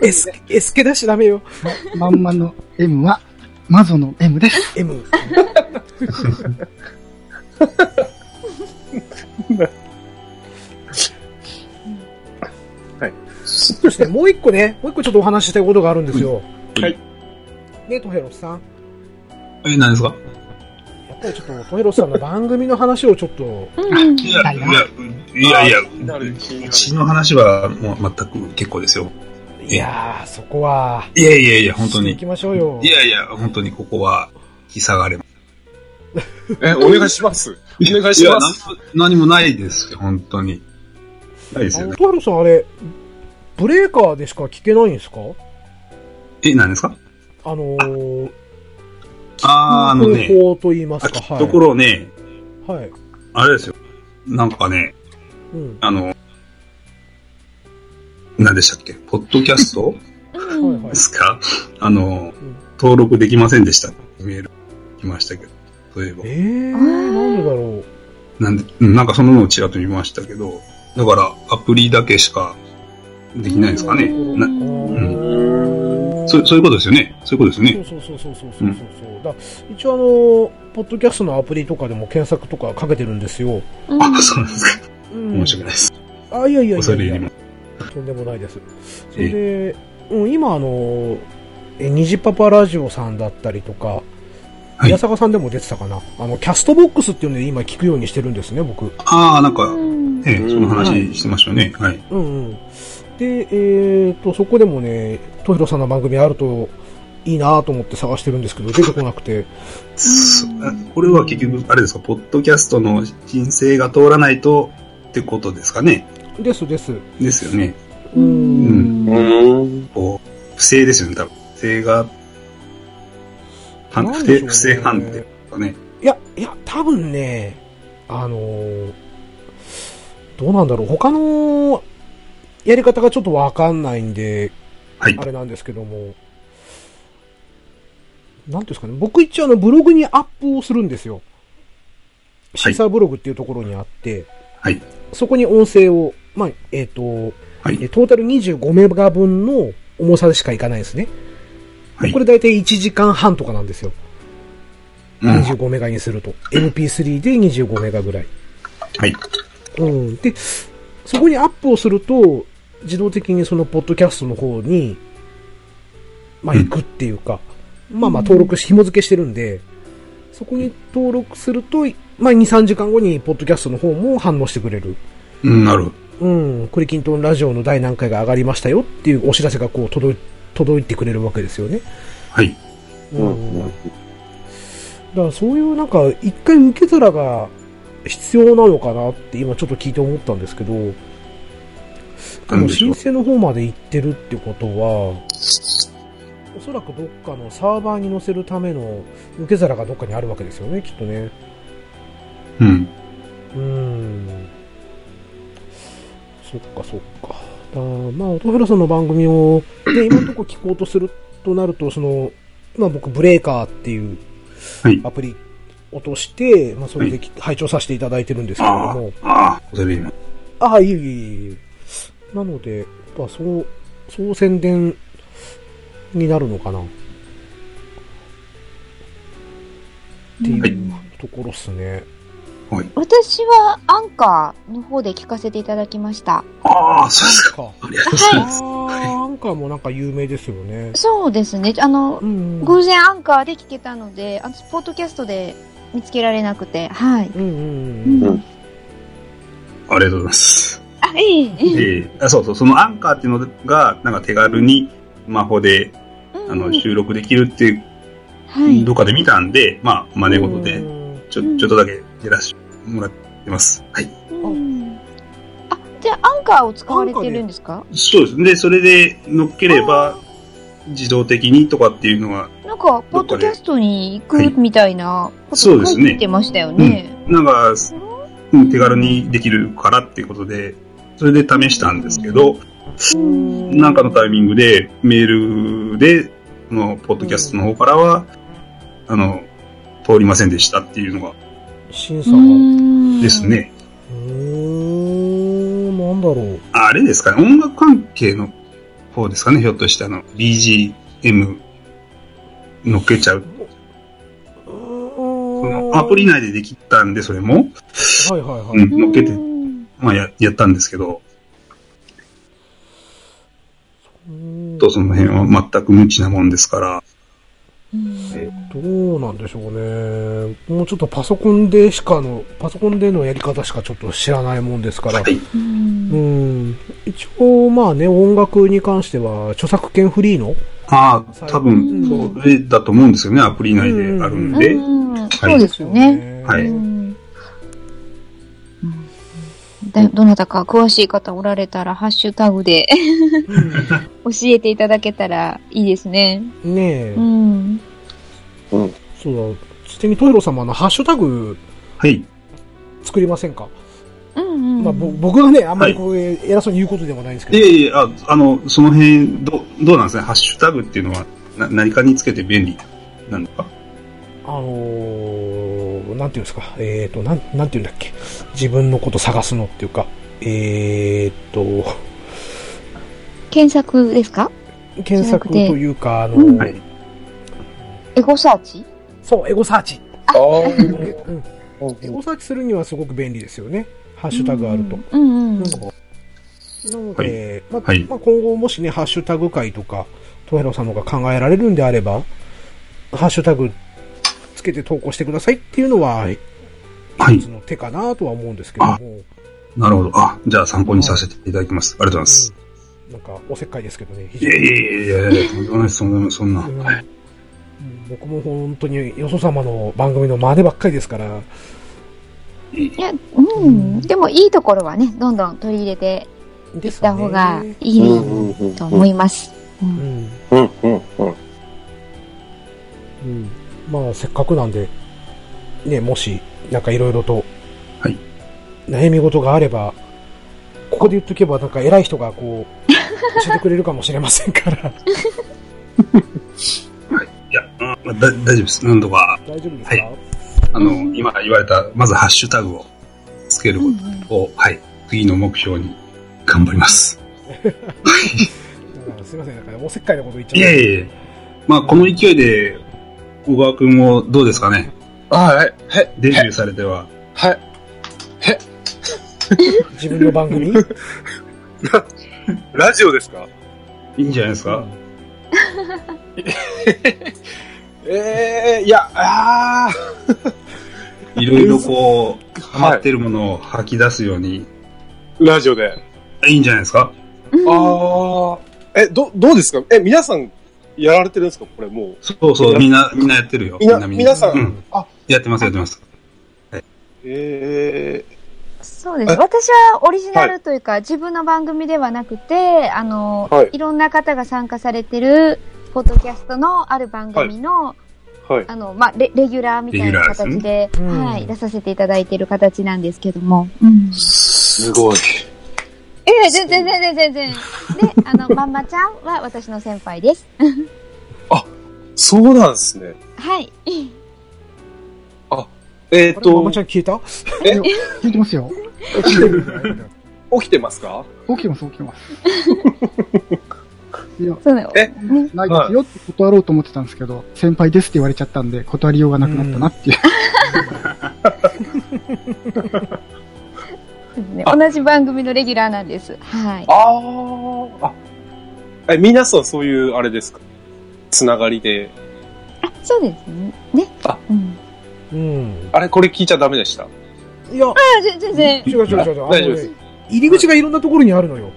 ?S、S 系出しちゃダメよ。
まんまの M は、マゾの M です。
M。
はい。
そしてもう一個ね、もう一個ちょっとお話ししたいことがあるんですよ。
うんはい。
ね、トヘロスさん。
え、何ですか
やっぱりちょっと、トヘロスさんの番組の話をちょっと、
いや、いや、いや、うちの話はもう全く結構ですよ。
いやー、そこは、
いやいやいや、本当
してい
に
き。ましょうよ。
いやいや、本当にここは、引き下がれます。
え、お願いします。お願いします。
いや。何も何もないですよ、本当に。ないです
あ
よ
の
ね。
トヘロスさんあれ、ブレーカーでしか聞けないんですか
え、何ですか
あのー、
あー、あの
方
ね、
法と言いますか、
ところね、
はい。はい。
あれですよ。なんかね、
うん。
あの、何でしたっけポッドキャス ト
う
はいは
ん
で
い。
すかあの
ん、
登録できませんでした。メール来ましたけど。そういえば
え。ー、なんでだろう。
なんで、うんなんかそののをちらっと見ましたけど、だからアプリだけしかできないんですかね。
うん
な
うん
そそういうことですよね。そういうことですよね。
そうそうそうそうそうそうそう、だから一応あのポッドキャストのアプリとかでも検索とかかけてるんですよ、
うん
あ、 そうなんですか。
うん
面白いです。
あいやいやい
恐
や
れ
い
入
や
ります。
とんでもないですそれで、うん、今あのえ虹パパラジオさんだったりとか
はい
矢坂さんでも出てたかなあのキャストボックスっていうので今聞くようにしてるんですね僕
ああ、なんか、
うん
ね、その話してましたよね。はい。
うんうんでえっとそこでもねトヒロさんの番組あるといいなと思って探してるんですけど出てこなくて
そこれは結局、あれですか、ポッドキャストの申請が通らないとってことですかね。
ですです
ですよね。
う
うんん。
うん。
こう、不正ですよね、多分。不正が、は
なん
不
でしょうね
正、不正判定とかね。
いや、いや、多分ね、あのーどうなんだろう、他のやり方がちょっとわかんないんで、
はい
あ。れなんですけども、なんていうんですかね、僕一応あのブログにアップをするんですよ。シーサーブログっていうところにあって、
はい
そこに音声を、まあ、えっ、と、
はい
えトータル25メガ分の重さでしかいかないですね。
はい
こ。れ大体1時間半とかなんですよ。
うんは
25メガにすると。MP3 で25メガぐらい。
い。
うん。で、そこにアップをすると、自動的にそのポッドキャストの方に、まあ
うん
行くっていうか、まあまあ登録し、紐付けしてるんで、そこに登録すると、まあ2、3時間後にポッドキャストの方も反応してくれる。
うん、なるほど。
うん。クリキントンラジオの第何回が上がりましたよっていうお知らせがこう届い、届いてくれるわけですよね。
はい。
うん。だからそういうなんか、一回受け皿が必要なのかなって今ちょっと聞いて思ったんですけど、で
なん
も
でしょ
申請
う。
の方まで行ってるってことは、おそらくどっかのサーバーに載せるための受け皿がどっかにあるわけですよね、きっとね。
うん。
うん。そっかそっか。だまあ、音ロさんの番組を、で、今のところ聞こうとするとなると、その、まあ僕、ブレーカーっていう
はい
アプリ落として、まあそれでき拝聴させていただいてるんですけれど
あ
も、
あ、ああ、恐れ入ります。
ああ、いえいえいえいえ。なので、まあそう、そう宣伝になるのかな。っていうところっすね。
私はアンカーの方で聞かせていただきました。
ああ、そうですか。
か。
ありがとうございます。
あーアンカーもなんか有名ですよね。
そうですね。あの
う、んうん
偶然アンカーで聞けたので、あの、ポッドキャストで見つけられなくて、はい。
うんうん
う
うん。
ん。
ありがとうございます。
あ、いい。
ええあそうそう、そのアンカーっていうのが、なんか手軽にスマホであ
う
の
ん
収録できるっていう、
はい。
どっかで見たんで、まあ、真似事
う
で、
ん
ちょ、ちょっとだけやらせてもらってます。はい。
うんあ、じゃあアンカーを使われてるんですか
そうです。で、それで乗っければ、自動的にとかっていうのは、
なんか、ポッドキャストに行くみたいなこと
そうです
書
ね
いてましたよね。
なんか、うん手軽にできるからっていうことで、それで試したんですけど、なんかのタイミングで、メールで、この、ポッドキャストの方からは、あの、通りませんでしたっていうのが
シン
う
さ
ー
んは。
ん
です。ね。
うーん、なんだろう。
あれですかね、音楽関係の方ですかね、ひょっとして、あの、BGM 乗っけちゃう。このアプリ内でできたんで、それも、
はいはいは
う
い。
ん、乗っけて、まあや、やったんですけど、
うん
とその辺は全く無知なもんですから、
どうなんでしょうね。もうちょっとパソコンでしかの、パソコンでのやり方しかちょっと知らないもんですから。
はい。
うん。一応、まあね、音楽に関しては、著作権フリーの
ああ、多分、それだと思うんですよね、アプリ内であるんで。
うんそうですよね。
は
う
い
んだどなたか詳しい方おられたら、ハッシュタグで 教えていただけたらいいですね。
ねえ
う、ん。
そうだ。ちなみにトイロ様のハッシュタグ
はい。
作りませんか、
うん
ま
う
あ、
ん。
ぼ僕がね、あんまりこう、え偉そうに言うことでもないんですけ
い
ど。
やいや、ああの、その辺、どう、どうなんですかね、ハッシュタグっていうのは、な何かにつけて便利なのか。
あのー、なんていうんですか、えっ、ー、と、なん、なんていうんだっけ、自分のこと探すのっていうか、えっ、ー、と、
検索ですか
検索というか、あのー、
うん
はい
エゴサーチ
そう、エゴサーチ。
あー
うんエ
うん
ゴサーチするにはすごく便利ですよね。ハッシュタグあると。。
うんうん。
なので、まあ
はい
まあ、今後もしね、ハッシュタグ会とか、トヘロさんのが考えられるんであれば、ハッシュタグつけて投稿してくださいっていうのは、
はい
一つの手かなとは思うんですけども、
なるほど。あ、じゃあ参考にさせていただきます。ありがとうございます。
うんなんかおせっかいですけどね、非
いやいやいやいやいや、とんでもないです、そんな、そんな。
うん僕も本当によそ様の番組の真似ばっかりですから、
いや、うん。でもいいところはね、どんどん取り入れて
で
いっ
すね
た方がい
うん
い
うん
と思います。
うん
うんうんうん
うん、まあせっかくなんで、ね、もし、なんかいろいろと、
はい
悩み事があれば、ここで言っとけば、なんか偉い人がこ う、教えてくれるかもしれませんから、
いや、うんだ大丈夫です。なんとか、
大丈夫ですか、
はあの、今言われた、まずハッシュタグをつけることを、はい、次の目標に頑張ります。
なんかすいません、なんかおせっかいなこと言っちゃ
いやいやいや、まあ、この勢いで、小川くんもどうですかね、
はい、はい、
デビューされては。
はい。
自分の番組うん
ラジオですか
いいんじゃないですか、
ええいや、あ
いろいろこう、ハ
あ、
マってるものを吐き出すように、
ラジオで。
い、いんじゃないですか
ああ。え、ど、どうですかえ、皆さん、やられてるんですかこれもう。
そうそう、みんな、みんなやってるよ。
みんな皆さん
うん、
あ
やってます、やってます。
え
そうです。私はオリジナルというか、自分の番組ではなくて、あの、
はい
い、ろんな方が参加されてる、ポッドキャストのある番組の、
えはい。
あの、まあレ、レギュラーみたいな形で、
レギュラーですね
は
うん
い、出させていただいてる形なんですけども。うん、
すごい。
ええ全然全然全 然。で、あの、まんまちゃんは私の先輩です。
そうなんですね。
はい。
え
あれ、
っ、
マ
と
マちゃ、ん聞いた
聞いてますよ。
起きてますか
起きてます、起きてます。いや、
そうなの。
え
ね
ないですよって断ろうと思ってたんですけど、先輩ですって言われちゃったんで、断りようがなくなったなっていう。
そうですね
あ
同じ番組のレギュラーなんです。はい。
あーあ。え、皆さんそういう、あれですかつながりで。
あそうですね。ね。
あ
うん、
うん。
あれ、これ聞いちゃダメでした。
いや、
あ全全然。
違う違う違う違う。あの
大丈夫で
ね
す
入り口がいろんなところにあるのよ。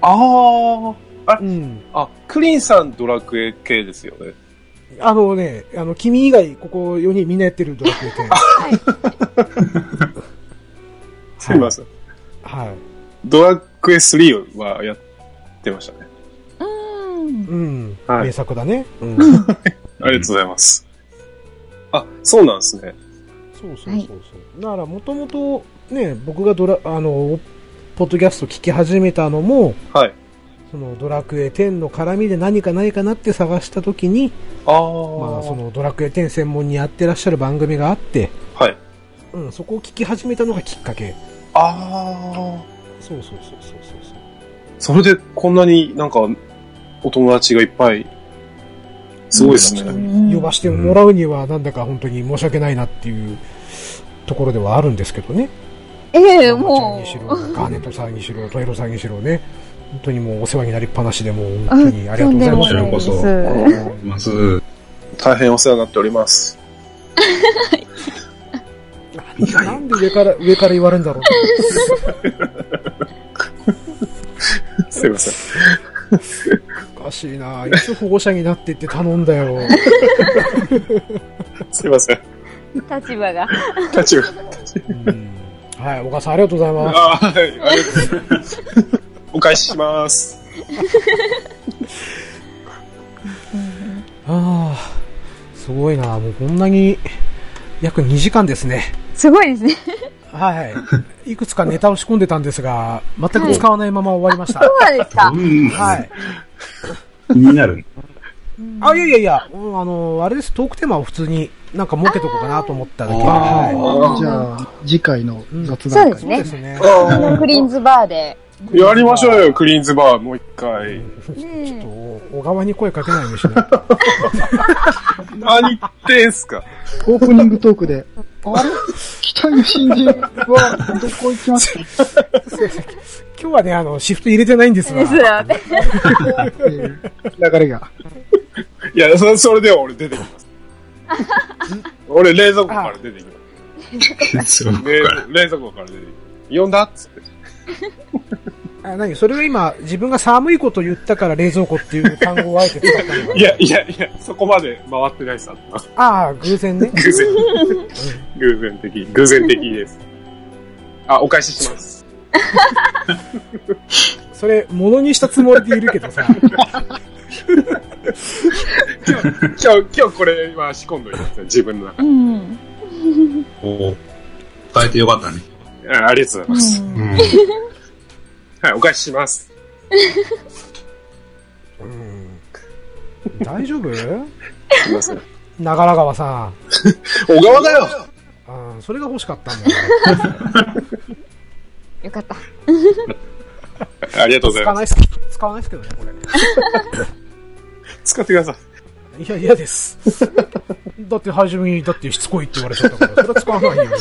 ああ。
うん。
あ、クリンさんドラクエ系ですよね。
あのね、あの、君以外、ここ4人みんなやってるドラクエ10。
すみません。
はい。
ドラクエ3はやってましたね。
うん。
うん。
はい
名作だね。うん。
ありがとうございます。あ、そうなんですね。
そうそうそうそう。だから、もともと、ね、僕がドラ、あの、ポッドキャスト聞き始めたのも、
はい。
そのドラクエ10の絡みで何かないかなって探した時に、
あ
まあ、そ
ー。
のドラクエ10専門にやってらっしゃる番組があって、
はい。
うん、そこを聞き始めたのがきっかけ。
あー。
そうそうそうそうそうそう。
それでこんなになんか、お友達がいっぱい、すごいですね。
うん
呼ばしてもらうには、なんだか本当に申し訳ないなっていうところではあるんですけどね。
ええ
ガマ
も
ちゃんにしろ
う。
ガーネットさんにしろ、トエロさんにしろね、本当にもうお世話になりっぱなしで、もう本当にありがとうございま
とんでもない
し
こそます。
大変お世話になっており ます。
た。なんで上から、上から言われるんだろう。
すいません。
おかしいな。いつ保護者になってって頼んだよ。
すいません。
立場が。
立場。
うんはい、岡さんありがとうございます。
あーはい。ありがとうございます。お返しします。
ああ、すごいな。もうこんなに、約2時間ですね。
すごいですね。
はい。いくつかネタを仕込んでたんですが、全く使わないまま終わりました。
そうなんですか。
うん。
はい。
気になる。
あ、いやいやいや、うんあの、あれです、トークテーマを普通になんか設けとこうかなと思っただけで。
あー
は
じゃあ、次回の雑
い。
談
そうです
そう
会。
ね
ですね。
あ
クリーンズバーで。
ーやりましょうよ、クリーンズバー、もう一回。
ちょっと、小川に声かけないようにしない。
何言ってんすか
オープニングトークで、あれ北の新人はどこ行きますか
今日はね、あの、シフト入れてないんですが。
ですよね。
っていう流れが。
いや、それ、それでは俺出てきます。俺、冷蔵庫から出てきます。
そうか。
冷冷蔵庫から出てきます。呼んだっつって。
あ、何それは今、自分が寒いこと言ったから冷蔵庫っていう単語をあえて 使ったのか
いや、いや、いや、そこまで回ってないさ。
な。ああ、偶然ね。
偶然。偶然的、偶然的です。あ、お返しします。
それ、ものにしたつもりでいるけどさ。
今日、今日これは仕込んどいてます自分の中
う
に。
ん。
お伝えてよかったね。
あありがとうございます。
うん。
はい、お返しします。
うん大丈夫
すいません。
長良川さん。
小川だよ
あーそれが欲しかったんだよ。
よかった。
ありがとうござ
使
い
わ
ま
ない
す。
っす。使わないっすけどね、これ。
使ってください。
いや、嫌です。 だって、初めに、だって、しつこいって言われちゃったから、それは使わないよ。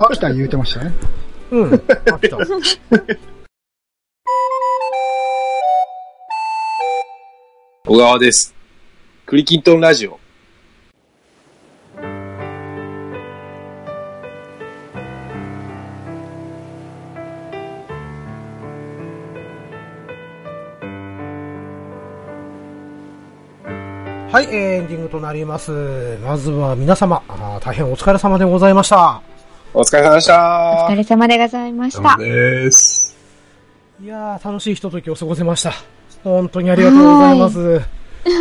あ、来た言うてましたね。
うん。飽きた。
小川です。クリキントンラジオ。
はい、えーエンディングとなります。まずは皆様、あー大変お疲れ様でございました。
お疲れ様でし
お
た
疲れ様でございまし
そう
た。
です。
いやー、楽しいひとときを過ごせました。本当にありがとうございます。う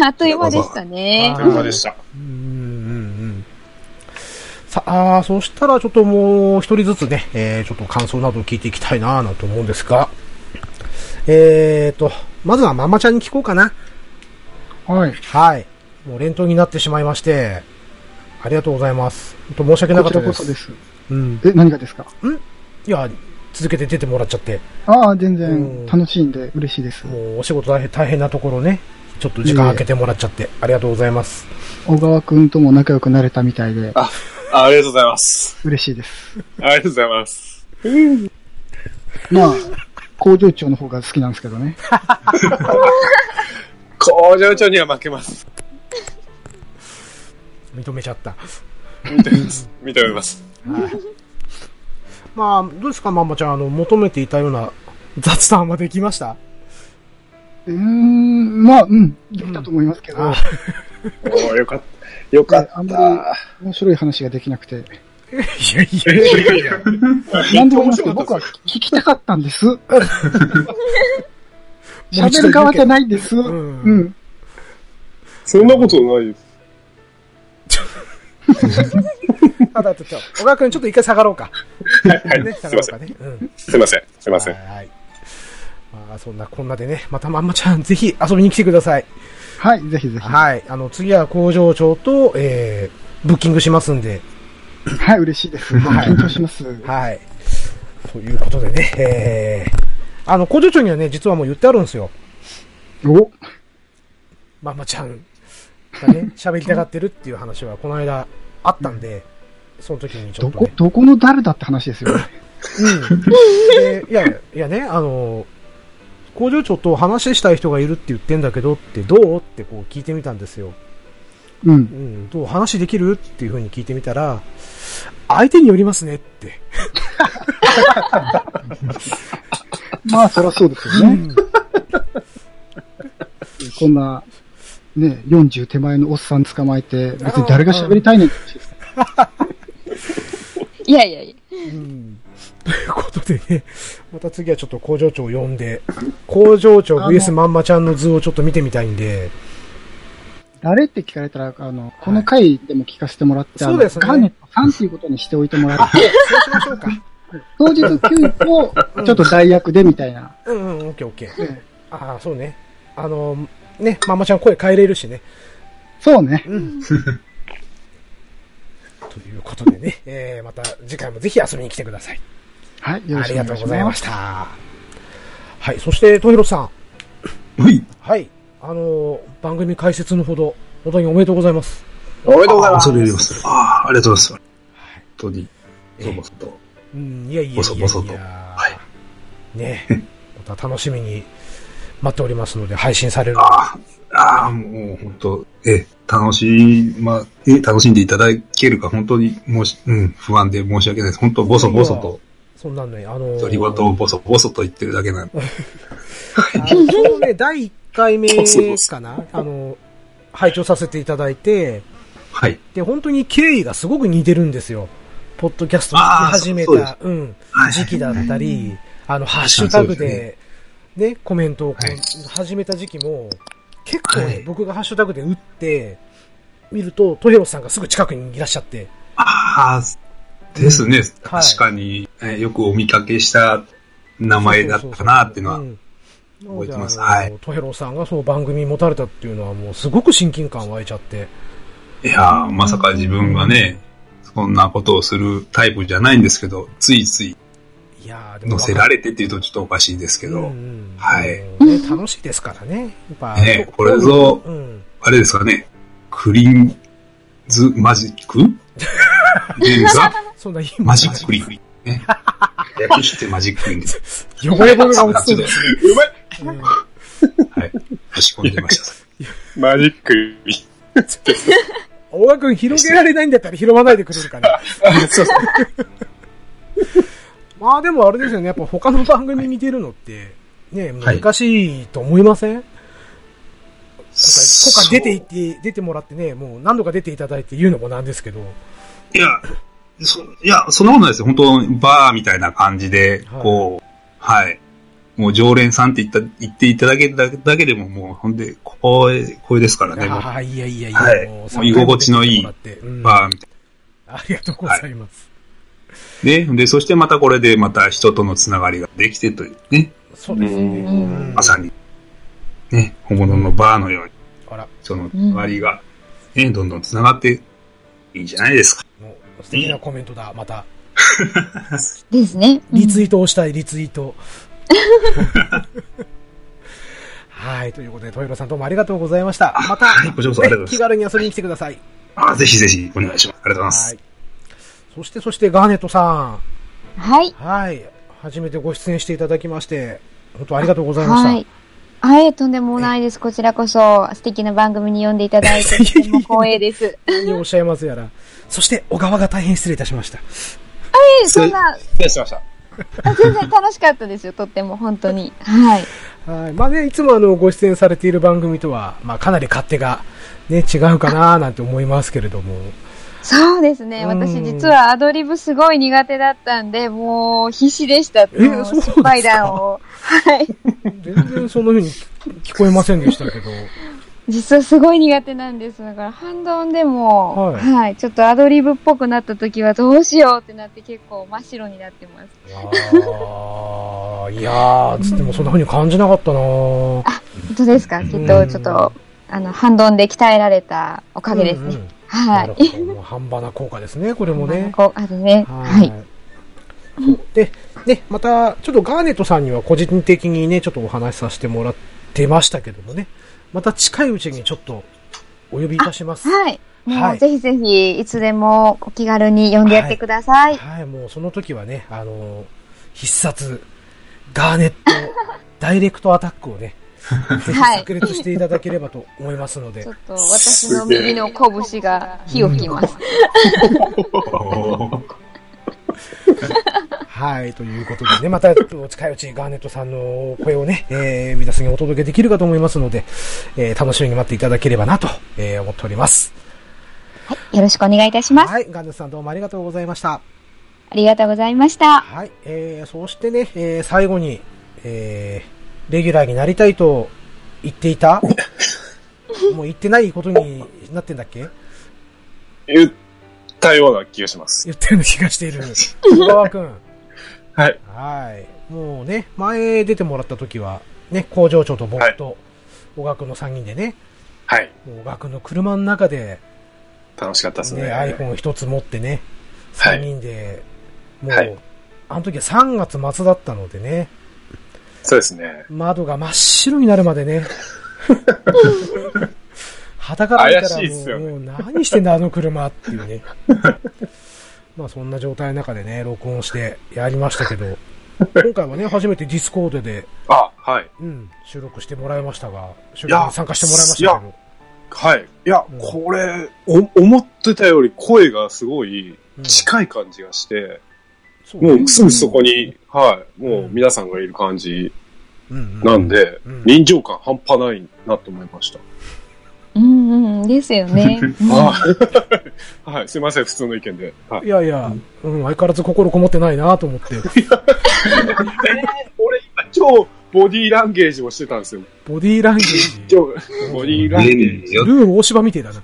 あっという間でしたね。
お疲れ様でした。
んうんうんさあー、そしたらちょっともう一人ずつね、えー、ちょっと感想などを聞いていきたいなーなんて思うんですが、えーと、まずはママちゃんに聞こうかな。
はい。
はい。もう連投になってしまいまして、ありがとうございます。本当申し訳なか
こ
っ
ち
た
らこ
です。
そです。
うん。
え、何がですか
いや、続けて出てもらっちゃって。
ああ、全
うん
然楽しいんで嬉しいです。
もうお仕事大変大変なところね、ちょっと時間空けてもらっちゃって、ありがとうございます。
小川くんとも仲良くなれたみたいで
あありがとうございます。
嬉しいです。
ありがとうございます。
まあ、工場長の方が好きなんですけどね。
工場長には負けます。
認めちゃった。
認めます。認めます。
まあ、どうですか、まんまちゃん、あの、求めていたような雑談はできました
うーん、まあ、うん、できたと思いますけど、
あ
おーよかった。よかっ
えあんまり面白い話ができなくて。
いやいやいやいや。
何でも言いますけど、僕は聞きたかったんです。喋る側じゃないんです。う
うん
ん。
そんなことないです。
あ、だってちょっと、小川くんちょっと一回下がろう か。
はい、は
ね
い、
下
す
がろ
いま
う
せん
か。ね。うん。
すいません。すいません。
はい。まあ、そんなこんなでね、またまんまちゃん、ぜひ遊びに来てください。
はい、ぜひぜひ。は
はい。あの、次は工場長と、えー、ブッキングしますんで、
い、嬉しいです。緊張します。
はい。ということでね、えー、あの、工場長にはね、実はもう言ってあるんですよ。
お
まんまちゃんが ね、喋りたがってるっていう話は、この間あったんで、その時にちょ
ど
っと、
こ
ね、。
どこの誰だって話ですよね。
うん。でいや、いやね、あの、工場長と話したい人がいるって言ってんだけどってどうってこう聞いてみたんですよ。
う。
うんん、どう話できるっていう風に聞いてみたら、相手によりますねって。
まあ、そりゃそうですよね。こんな、ね、40手前のおっさん捕まえて、別に誰が喋りたいねんって話です
いやいやいや。
うんということでね、また次はちょっと工場長を呼んで、工場長 VS まんまちゃんの図をちょっと見てみたいんで、
誰って聞かれたら、あの、この回でも聞かせてもらって、
そうですね
あのガーネットさんっていうことにしておいてもらって、
そうしましょうか。
当日急遽、ちょっと代役でみたいな。
うんうん、オッケーオッケー。
うん
ああ、そうね。あの、ね、まんまちゃん声変えれるしね。
そうね。
うん。ということでね、えー、また次回もぜひ遊びに来てください。
はい、よろ
あ
し
り
くお
が
願
と
いうし
ござい
ま。
ますした。はい、そして、とひろさん。
はい。
はい、あのー番組解説のほど、本当におめでとうございます。
おめでとうござい
あ
ます。
恐れ入ります。ああ、ありがとうございます。本当に、
え
そうそうと。
うん、いやいやいやいや。
ぼそぼそとは
ねまた楽しみに待っておりますので、配信される。
ああ、ああ、もう本当、え、楽しい、まあ、え、楽しんでいただけるか、本当に、もし、うん、不安で申し訳ないです。本当、ボソボソと、
そんなのね、あのー
独り言をボソボソと言ってるだけなんで。
あのちょうどね、第1回目
そうそうそ
かなあのー、拝聴させていただいて、
はい。
で、本当に経緯がすごく似てるんですよ。ポッドキャストを聞き始め
あーそうそう
た、うん、時期だったり、あの、ハッシュタグで、ね、コメントをこう
はい
始めた時期も、結構ね、
はい
僕がハッシュタグで打って、見ると、トヘロさんがすぐ近くにいらっしゃって、
ああ、ですね。
はい
確かに、えーよくお見かけした名前だったなっていうのは。
そうそうそうそううん
覚えてます
なのであの
は
トヘロさんがそう番組持たれたっていうのはもうすごく親近感湧いちゃって。
いやー、まさか自分がね、そんなことをするタイプじゃないんですけど、ついつい
いやーで
乗せら
れ
れてっていうとちょっとおかしいですけ
け
ど、はい
ね、楽しいですからね。やっぱ。
ねこれぞ
うん。
あれですかね、クリンズマジッ クでザ・
そんないいもん
マジックリン。ね、略してマジックリンです。
汚れ物が落ちそうです。
うまい
うん
はい。押し込んでました。
マジックリン。
大川くん広げられないんだったら拾わないでくれるか な。
そうそう。
まあでもあれですよね、やっぱ他の番組見てるのって、ね、
はい
難しいと思いません、なんか、今
そう
回出ていって、出てもらってね、もう何度か出ていただいて言うのもなんですけど、
いや、そ、いや、そんなことないですよ。本当バーみたいな感じで、
はい
こう、はい。もう常連さんって言った、言っていただけだだけでももう、ほんで、光栄、光栄ですからね。もう
ああ、いやいやいや、
はい
3回
居心地のい
出
い
てもらってうん
バーみたい
ありがとうございます。
な。ね。で、そしてまたこれでまた人とのつながりができてというね。
そうですね。
うん
うん
まさに、ね、本物のバーのように、
あら、
そのつながりが、ね、どんどんつながって、いいじゃないですか。
もう素敵なコメントだ、また。
ですね。うん
リツイートをしたい、リツイート。はい、ということで、トイロさんどうもありがとうございました。また、
はい、こちらこそありがと
ね
うござ
気
います。
軽に遊びに来てください。
あ、ぜひぜひお願いします。ありがとうございます
は。い。そして、そして、ガーネットさん。
はい。
はい。初めてご出演していただきまして、本当ありがとうございました。
はい。はい、とんでもないです。こちらこそ、素敵な番組に呼んでいただい て、とても光栄です。
何をおっしゃいますやら。そして、小川が大変失礼いたしました。
えそんな、
失礼しました。
あ全然楽しかったですよ。とっても、本当に。はい。
はい。まあね、いつもあの、ご出演されている番組とは、まあかなり勝手が、ね、違うかななんて思いますけれども。
そうですね。
うん
私、実はアドリブすごい苦手だったんで、もう、必死でした。
え
も
そうですか
失敗談を。はい。
全然そんな風に聞こえませんでしたけど。
実はすごい苦手なんです。だから、ハンドンでも、
は
はいい、ちょっとアドリブっぽくなった時はどうしようってなって結構真っ白になってます。
ああ、いやー、つってもそんな風に感じなかったなー
本当ですかきっ
う
と、
ん
ちょっと、あの、ハンドンで鍛えられたおかげですね。
うんうん
は
ないる。ほど。もう半端な効果ですね、これもね。
こうあるね。はい。
そうで、ね、また、ちょっとガーネットさんには個人的にね、ちょっとお話しさせてもらってましたけどもね、また近いうちにちょっとお呼びいたします。
はい。もう、
はい
ぜひぜひ、いつでもお気軽に呼んでやってください。
はい、もうその時はね、あのー必殺、ガーネット、ダイレクトアタックを ね、ぜひ
はい
炸裂していただければと思いますので
ちょ、っと、私の右の拳が火を吹き ます。
はい、ということでね、また近いうちガーネットさんの声をね、えー、皆さんにお届けできるかと思いますので、えー楽しみに待っていただければなと、えー思っております。
よろしくお願いいたします。
はい、ガーネットさんどうもありがとうございました。
ありがとうございました。
はい、えー、そしてね、えー、最後に、えー、レギュラーになりたいと言って いたもう言ってないことになってんだっけ
言ったような気がします。
言ったような気がしている。小川くん。
はい。
はい。もうね、前出てもらった時は、ね、工場長と僕と、小川くんの3人でね、
はい。
もう小川くんの車の中で、
楽しかったです
ね、
ね。
iPhone 一つ持ってね、
は
3
い
人で、
は
も、
いう
あの時は3月末だったのでね、
そうですね。
窓が真っ白になるまで ね。裸から見たら
怪しいっ
も
す
う,、
よね
もう何してんだあの車っていうね。 まあそんな状態の中でね、録音してやりましたけど、今回はね、初めてディスコードで、
あ、はい。
うん、収録してもらいましたが、収
いや
録に参加してもらいましたけど、
はい。いや、
うん
これ、お、思ってたより声がすごい
うん
近い感じがして、
そ
も
ね
うすぐそこに、はい、も
う
うん皆さんがいる感じ
うんうん
なんで、
うん
臨場感半端ないなと思いました。
うんうん、ですよ ね。
はい。 はい、すいません、普通の意見で。はい
いやいや、うん、相変わらず心こもってないなと思って、
俺今超ボディーランゲージをしてたんですよ。
ボディーランゲージ、ル
超ボディーランゲージ。
よ
ー大芝みてえだな。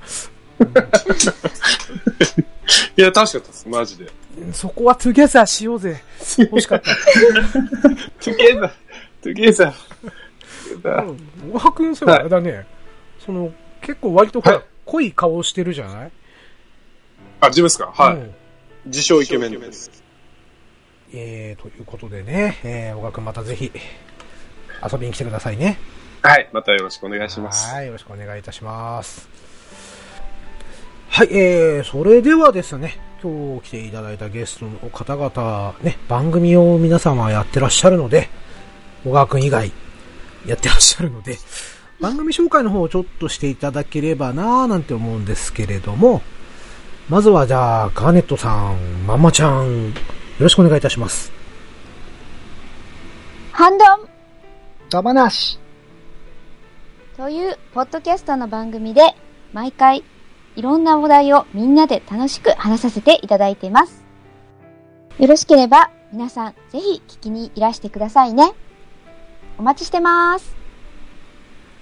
いや、楽しかったです、マジで。
そこはトゥギャザーしようぜ。欲しかった。
トゥゲーザー、トゥゲーザー。
小川くん、そういえばあれだね、その、結構割とほら、濃い顔してるじゃない
あ、自分ですかはい、
うん
自称イケメンです。
えー、ということでね、えー、小川くんまたぜひ、遊びに来てくださいね。
はい。またよろしくお願いします。
はい、よろしくお願いいたします。はい、えー、それではですね、今日来ていただいたゲストの方々、ね、番組を皆様やってらっしゃるので、小川くん以外、やってらっしゃるので、番組紹介の方をちょっとしていただければなぁなんて思うんですけれども、まずはじゃあ、ガーネットさん、ママちゃん、よろしくお願いいたします。
ハンドン
だまなし。
というポッドキャストの番組で毎回いろんなお題をみんなで楽しく話させていただいています。よろしければ皆さんぜひ聞きにいらしてくださいね。お待ちしてます。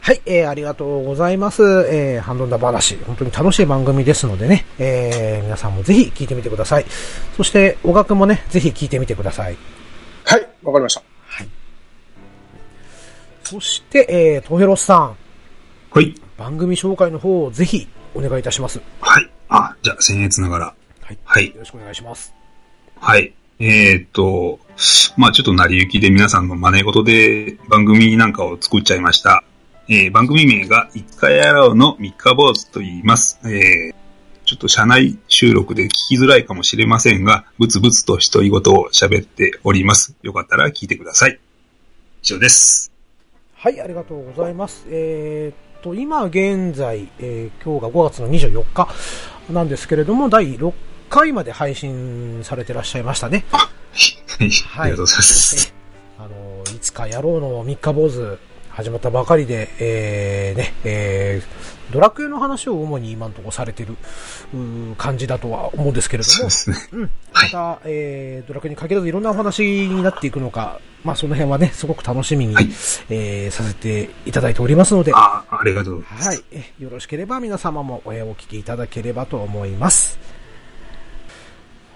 はい、えー、ありがとうございます。えー、ハンドンダ話、本当に楽しい番組ですのでね、えー、皆さんもぜひ聞いてみてください。そして、小川くんもね、ぜひ聞いてみてください。
はい。わかりました。
そして、えー、トヘロスさん、
はい。
番組紹介の方をぜひお願いいたします。よ
はい。あ、じゃあ、僭越ながら。
はい
はい。
ろしくお願いします。
はい。えーっと、まあちょっと成り行きで皆さんの真似事で番組なんかを作っちゃいました。えー番組名が一回洗うの三日坊主と言います。えーちょっと社内収録で聞きづらいかもしれませんが、ブツブツと独り言を喋っております。よかったら聞いてください。以上です。
はい、ありがとうございます。えーっと、今現在、えー今日が5月の24日なんですけれども、第6回まで配信されてらっしゃいましたね。
はい。ありがとうございます。
あの、いつかやろうの三日坊主始まったばかりで、えー、ね、えー、ドラクエの話を主に今のところされてるうー感じだとは思うんですけれ
そう
ど
で
も、
すね。
また、えー、ドラクエに限らずいろんなお話になっていくのか、まあその辺はね、すごく楽しみに、
はい
えー、させていただいておりますので、
あ、あありがとうございます。
はい。えよろしければ皆様もえお聞きいただければと思います。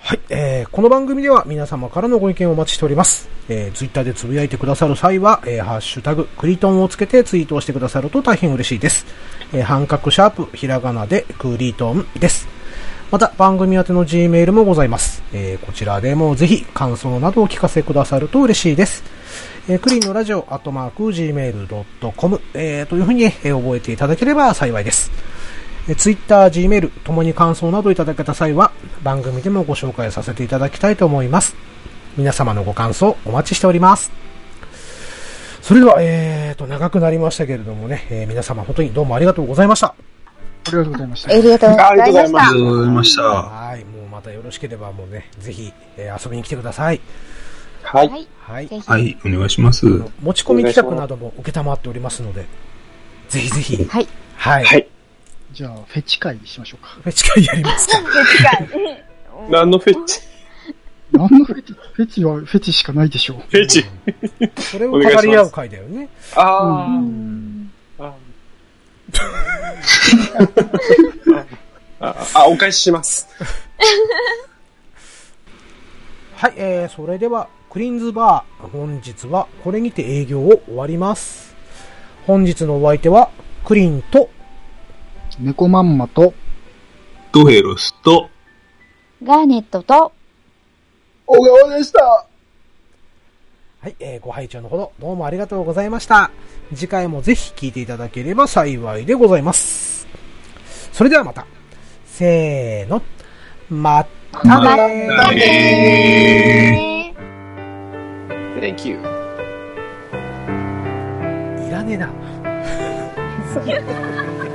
はい。えーこの番組では皆様からのご意見をお待ちしております。えー、ツイッターでつぶやいてくださる際は、えーハッシュタグ、クリトンをつけてツイートをしてくださると大変嬉しいです。えー、半角シャープ、ひらがなでクリトンです。また、番組宛ての G メールもございます。えーこちらでもぜひ感想などをお聞かせくださると嬉しいです。えークリーンのラジオ、アットマーク、gmail.com、えーというふうに、えー覚えていただければ幸いです。えー Twitter、Gmail、ともに感想などいただけた際は、番組でもご紹介させていただきたいと思います。皆様のご感想、お待ちしております。それでは、えーと、長くなりましたけれどもね、えー皆様本当にどうもありがとうございました。
ありがとうございまし た。
ありがとうございました
あ。りがとうございました。
はい、もうまたよろしければもうね、ぜひ、えー遊びに来てください。
はい。
はい。
はい。
ぜひ。
は
はい。
い、お願いします。
あの持ち込み企画なども受けたまっておりますので、ぜひぜひ、
はい。
はい。
はい
じゃあ、フェチ会にしましょ うか。
近いやりますか。
何のフェチ
何のフェチフェチはフェチしかないでしょう。
フェチ
それを語り合う回だよね。
あーあー。 あ、お返しします。
はい、えー、それでは、クリーンズバー、本日はこれにて営業を終わります。本日のお相手は、クリーンと、
猫まんまと、
ドヘロスと、
ガーネットと、
小川でした。
はい、えー、ご拝聴のほどどうもありがとうございました。次回もぜひ聞いていただければ幸いでございます。それではまた。せーの。またねー。
Thank you.
いらねえな。